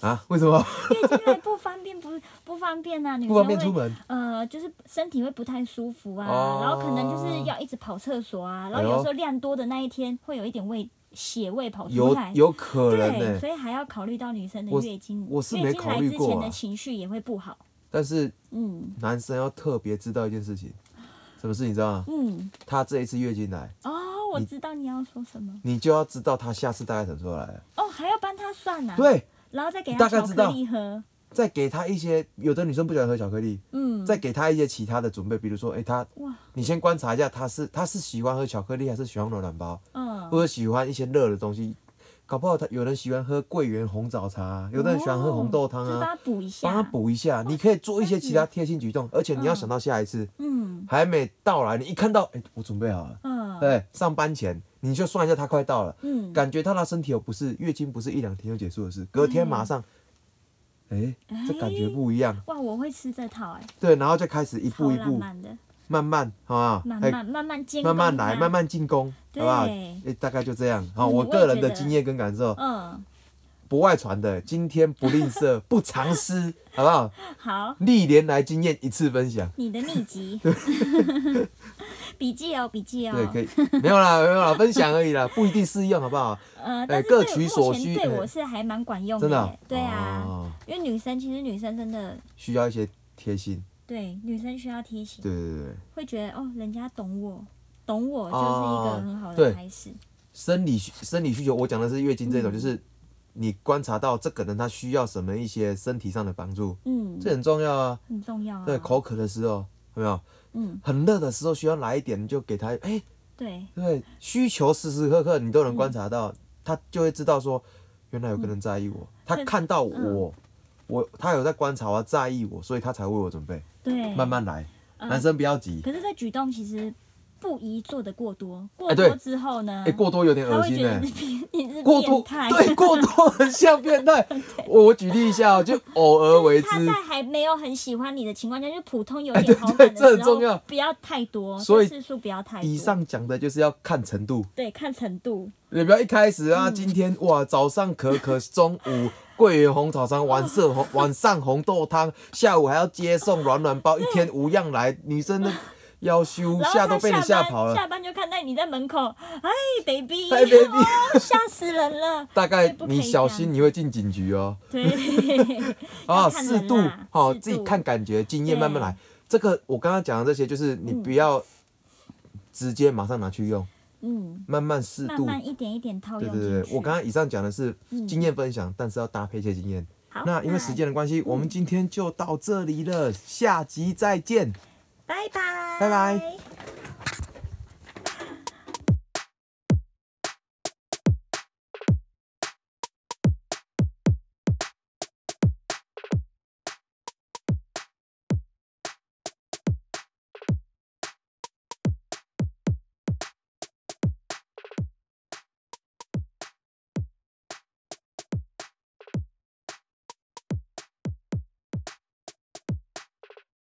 [SPEAKER 1] 啊？为什么
[SPEAKER 2] 月经来不方便，不不方 便呐、女
[SPEAKER 1] 不
[SPEAKER 2] 生
[SPEAKER 1] 方便
[SPEAKER 2] 会
[SPEAKER 1] 出门？
[SPEAKER 2] 呃，就是身体会不太舒服啊，
[SPEAKER 1] 哦
[SPEAKER 2] 然后可能就是要一直跑厕所啊，然
[SPEAKER 1] 哎呦
[SPEAKER 2] 后有时候量多的那一天会有一点胃血味跑出
[SPEAKER 1] 有
[SPEAKER 2] 来。
[SPEAKER 1] 有可能呢、
[SPEAKER 2] 对，所以还要考虑到女生的
[SPEAKER 1] 我
[SPEAKER 2] 月经，
[SPEAKER 1] 我是没考虑
[SPEAKER 2] 月经来之
[SPEAKER 1] 过啊
[SPEAKER 2] 前的情绪也会不好。
[SPEAKER 1] 但是
[SPEAKER 2] 嗯
[SPEAKER 1] 男生要特别知道一件事情，什么事你知道吗？
[SPEAKER 2] 嗯，
[SPEAKER 1] 他这一次月经来，
[SPEAKER 2] 哦，我知道你要说什么。
[SPEAKER 1] 你就要知道他下次大概什么时候来了。
[SPEAKER 2] 哦，还要帮他算啊。，
[SPEAKER 1] 对，
[SPEAKER 2] 然后再给
[SPEAKER 1] 大
[SPEAKER 2] 他
[SPEAKER 1] 概
[SPEAKER 2] 巧
[SPEAKER 1] 知
[SPEAKER 2] 克
[SPEAKER 1] 道
[SPEAKER 2] 力喝。
[SPEAKER 1] 再给他一些，有的女生不喜欢喝巧克力，
[SPEAKER 2] 嗯，
[SPEAKER 1] 再给他一些其他的准备，比如说，哎、他，
[SPEAKER 2] 哇，
[SPEAKER 1] 你先观察一下，他是他是喜欢喝巧克力，还是喜欢喝暖包，
[SPEAKER 2] 嗯，
[SPEAKER 1] 或者喜欢一些热的东西？搞不好他有人喜欢喝桂圆红枣茶啊、有的人喜欢喝红豆汤
[SPEAKER 2] 哦就帮
[SPEAKER 1] 啊，
[SPEAKER 2] 他补一下。
[SPEAKER 1] 帮他。补一下。你可以做一些其他贴心举动，而且你要想到下一次、
[SPEAKER 2] 嗯
[SPEAKER 1] 还没到来，你一看到，哎、我准备好了，
[SPEAKER 2] 嗯
[SPEAKER 1] 对，上班前你就算一下他快到了，
[SPEAKER 2] 嗯，
[SPEAKER 1] 感觉到他身体有不适，月经不是一两天就结束的事，隔
[SPEAKER 2] 嗯
[SPEAKER 1] 天马上，哎、这感觉不一样，
[SPEAKER 2] 哇，我会吃这套哎，
[SPEAKER 1] 对，然后就开始一
[SPEAKER 2] 超
[SPEAKER 1] 步一
[SPEAKER 2] 浪
[SPEAKER 1] 步，
[SPEAKER 2] 慢的，
[SPEAKER 1] 慢慢，好吧，
[SPEAKER 2] 慢
[SPEAKER 1] 哎
[SPEAKER 2] 慢慢慢煎，
[SPEAKER 1] 慢慢来，慢。慢进攻，好
[SPEAKER 2] 对
[SPEAKER 1] 不好？哎，大概就这样。好，
[SPEAKER 2] 嗯
[SPEAKER 1] 我
[SPEAKER 2] 我也
[SPEAKER 1] 个人的
[SPEAKER 2] 觉得
[SPEAKER 1] 经验跟感受，
[SPEAKER 2] 嗯，
[SPEAKER 1] 不外传的，今天不吝啬，不藏私， 好不好？
[SPEAKER 2] 好，
[SPEAKER 1] 历年来经验一次分享，
[SPEAKER 2] 你的 秘籍， 笔记哦，笔记
[SPEAKER 1] 对，
[SPEAKER 2] 哦。
[SPEAKER 1] 可以，没有 啦，没有啦，分享而已啦，不一定适用，好不好？
[SPEAKER 2] 呃，
[SPEAKER 1] 哎
[SPEAKER 2] 但是
[SPEAKER 1] 各
[SPEAKER 2] 对
[SPEAKER 1] 取
[SPEAKER 2] 目
[SPEAKER 1] 所
[SPEAKER 2] 前
[SPEAKER 1] 需
[SPEAKER 2] 对
[SPEAKER 1] 哎
[SPEAKER 2] 我是还蛮管用
[SPEAKER 1] 真的
[SPEAKER 2] 耶
[SPEAKER 1] 哦。
[SPEAKER 2] 对啊，
[SPEAKER 1] 哦
[SPEAKER 2] 因为女生其实女生真的
[SPEAKER 1] 需要一些贴心，
[SPEAKER 2] 对女生需要贴心，
[SPEAKER 1] 对对对对。
[SPEAKER 2] 会觉得哦，人家懂我，懂我就是一
[SPEAKER 1] 哦
[SPEAKER 2] 个很好
[SPEAKER 1] 对
[SPEAKER 2] 的开始。
[SPEAKER 1] 生理需生理需求，我讲的是月经这
[SPEAKER 2] 嗯
[SPEAKER 1] 种，就是你观察到这个人他需要什么一些身体上的帮助，
[SPEAKER 2] 嗯，
[SPEAKER 1] 这很重要啊。
[SPEAKER 2] 很重要啊。
[SPEAKER 1] 对，口渴的时候有没有？
[SPEAKER 2] 嗯，
[SPEAKER 1] 很热的时候需要来一点，你就给他，哎、
[SPEAKER 2] 对，
[SPEAKER 1] 对，需求时时刻刻你都能观察到，他就会知道说，原来有个人在意我，他
[SPEAKER 2] 对
[SPEAKER 1] 看到我，
[SPEAKER 2] 嗯
[SPEAKER 1] 我他有在观察我，在意我，所以他才为我准备，
[SPEAKER 2] 对，
[SPEAKER 1] 慢慢来，
[SPEAKER 2] 嗯
[SPEAKER 1] 男生不要急，
[SPEAKER 2] 可是这举动其实不宜做的过多，过
[SPEAKER 1] 哎对
[SPEAKER 2] 多之后呢，
[SPEAKER 1] 哎、过多有点
[SPEAKER 2] 他
[SPEAKER 1] 恶
[SPEAKER 2] 会
[SPEAKER 1] 心
[SPEAKER 2] 觉
[SPEAKER 1] 呢、
[SPEAKER 2] 得你是变你 是
[SPEAKER 1] 过多
[SPEAKER 2] 变态。
[SPEAKER 1] 对过多很像变 态，我我举例一下哦，就偶尔为之，
[SPEAKER 2] 他在还没有很喜欢你的情况下，就是普通有点好
[SPEAKER 1] 哎对
[SPEAKER 2] 感的时
[SPEAKER 1] 这
[SPEAKER 2] 候，
[SPEAKER 1] 很重要
[SPEAKER 2] 不要太多，
[SPEAKER 1] 所以
[SPEAKER 2] 就次数不要太多。
[SPEAKER 1] 以上讲的就是要看程度，
[SPEAKER 2] 对，看程度，
[SPEAKER 1] 你不要一开始啊，
[SPEAKER 2] 嗯
[SPEAKER 1] 今天哇早上可可，中午桂圆红枣汤，晚上红晚上红豆汤，下午还要接送软软包，一天无样来，女生的要羞
[SPEAKER 2] 嗯然后
[SPEAKER 1] 吓
[SPEAKER 2] 他
[SPEAKER 1] 都被你吓
[SPEAKER 2] 下
[SPEAKER 1] 跑了。
[SPEAKER 2] 班下班就看到你在门口，哎，baby，
[SPEAKER 1] 嗨 baby
[SPEAKER 2] 哦吓死人了。
[SPEAKER 1] 大概
[SPEAKER 2] 不可以
[SPEAKER 1] 你小
[SPEAKER 2] 这
[SPEAKER 1] 心，
[SPEAKER 2] 样
[SPEAKER 1] 你会进警局哦。
[SPEAKER 2] 对，
[SPEAKER 1] 啊，
[SPEAKER 2] 要看
[SPEAKER 1] 适
[SPEAKER 2] 人
[SPEAKER 1] 度
[SPEAKER 2] 啦，
[SPEAKER 1] 好，
[SPEAKER 2] 适
[SPEAKER 1] 自己
[SPEAKER 2] 度
[SPEAKER 1] 看感觉，经验慢慢
[SPEAKER 2] 对
[SPEAKER 1] 来。这个我刚刚讲的这些，就是你不要直接马上拿去用，
[SPEAKER 2] 嗯，
[SPEAKER 1] 慢慢适
[SPEAKER 2] 慢
[SPEAKER 1] 度。
[SPEAKER 2] 慢一点一点套
[SPEAKER 1] 对
[SPEAKER 2] 用
[SPEAKER 1] 对对，
[SPEAKER 2] 进
[SPEAKER 1] 对
[SPEAKER 2] 去。
[SPEAKER 1] 我刚刚以上讲的是经验分
[SPEAKER 2] 嗯
[SPEAKER 1] 享，但是要搭配一些经验。
[SPEAKER 2] 好，
[SPEAKER 1] 那因为时，间的关系，我们今天就到这里了，下集再见。
[SPEAKER 2] 拜拜，
[SPEAKER 1] 拜拜。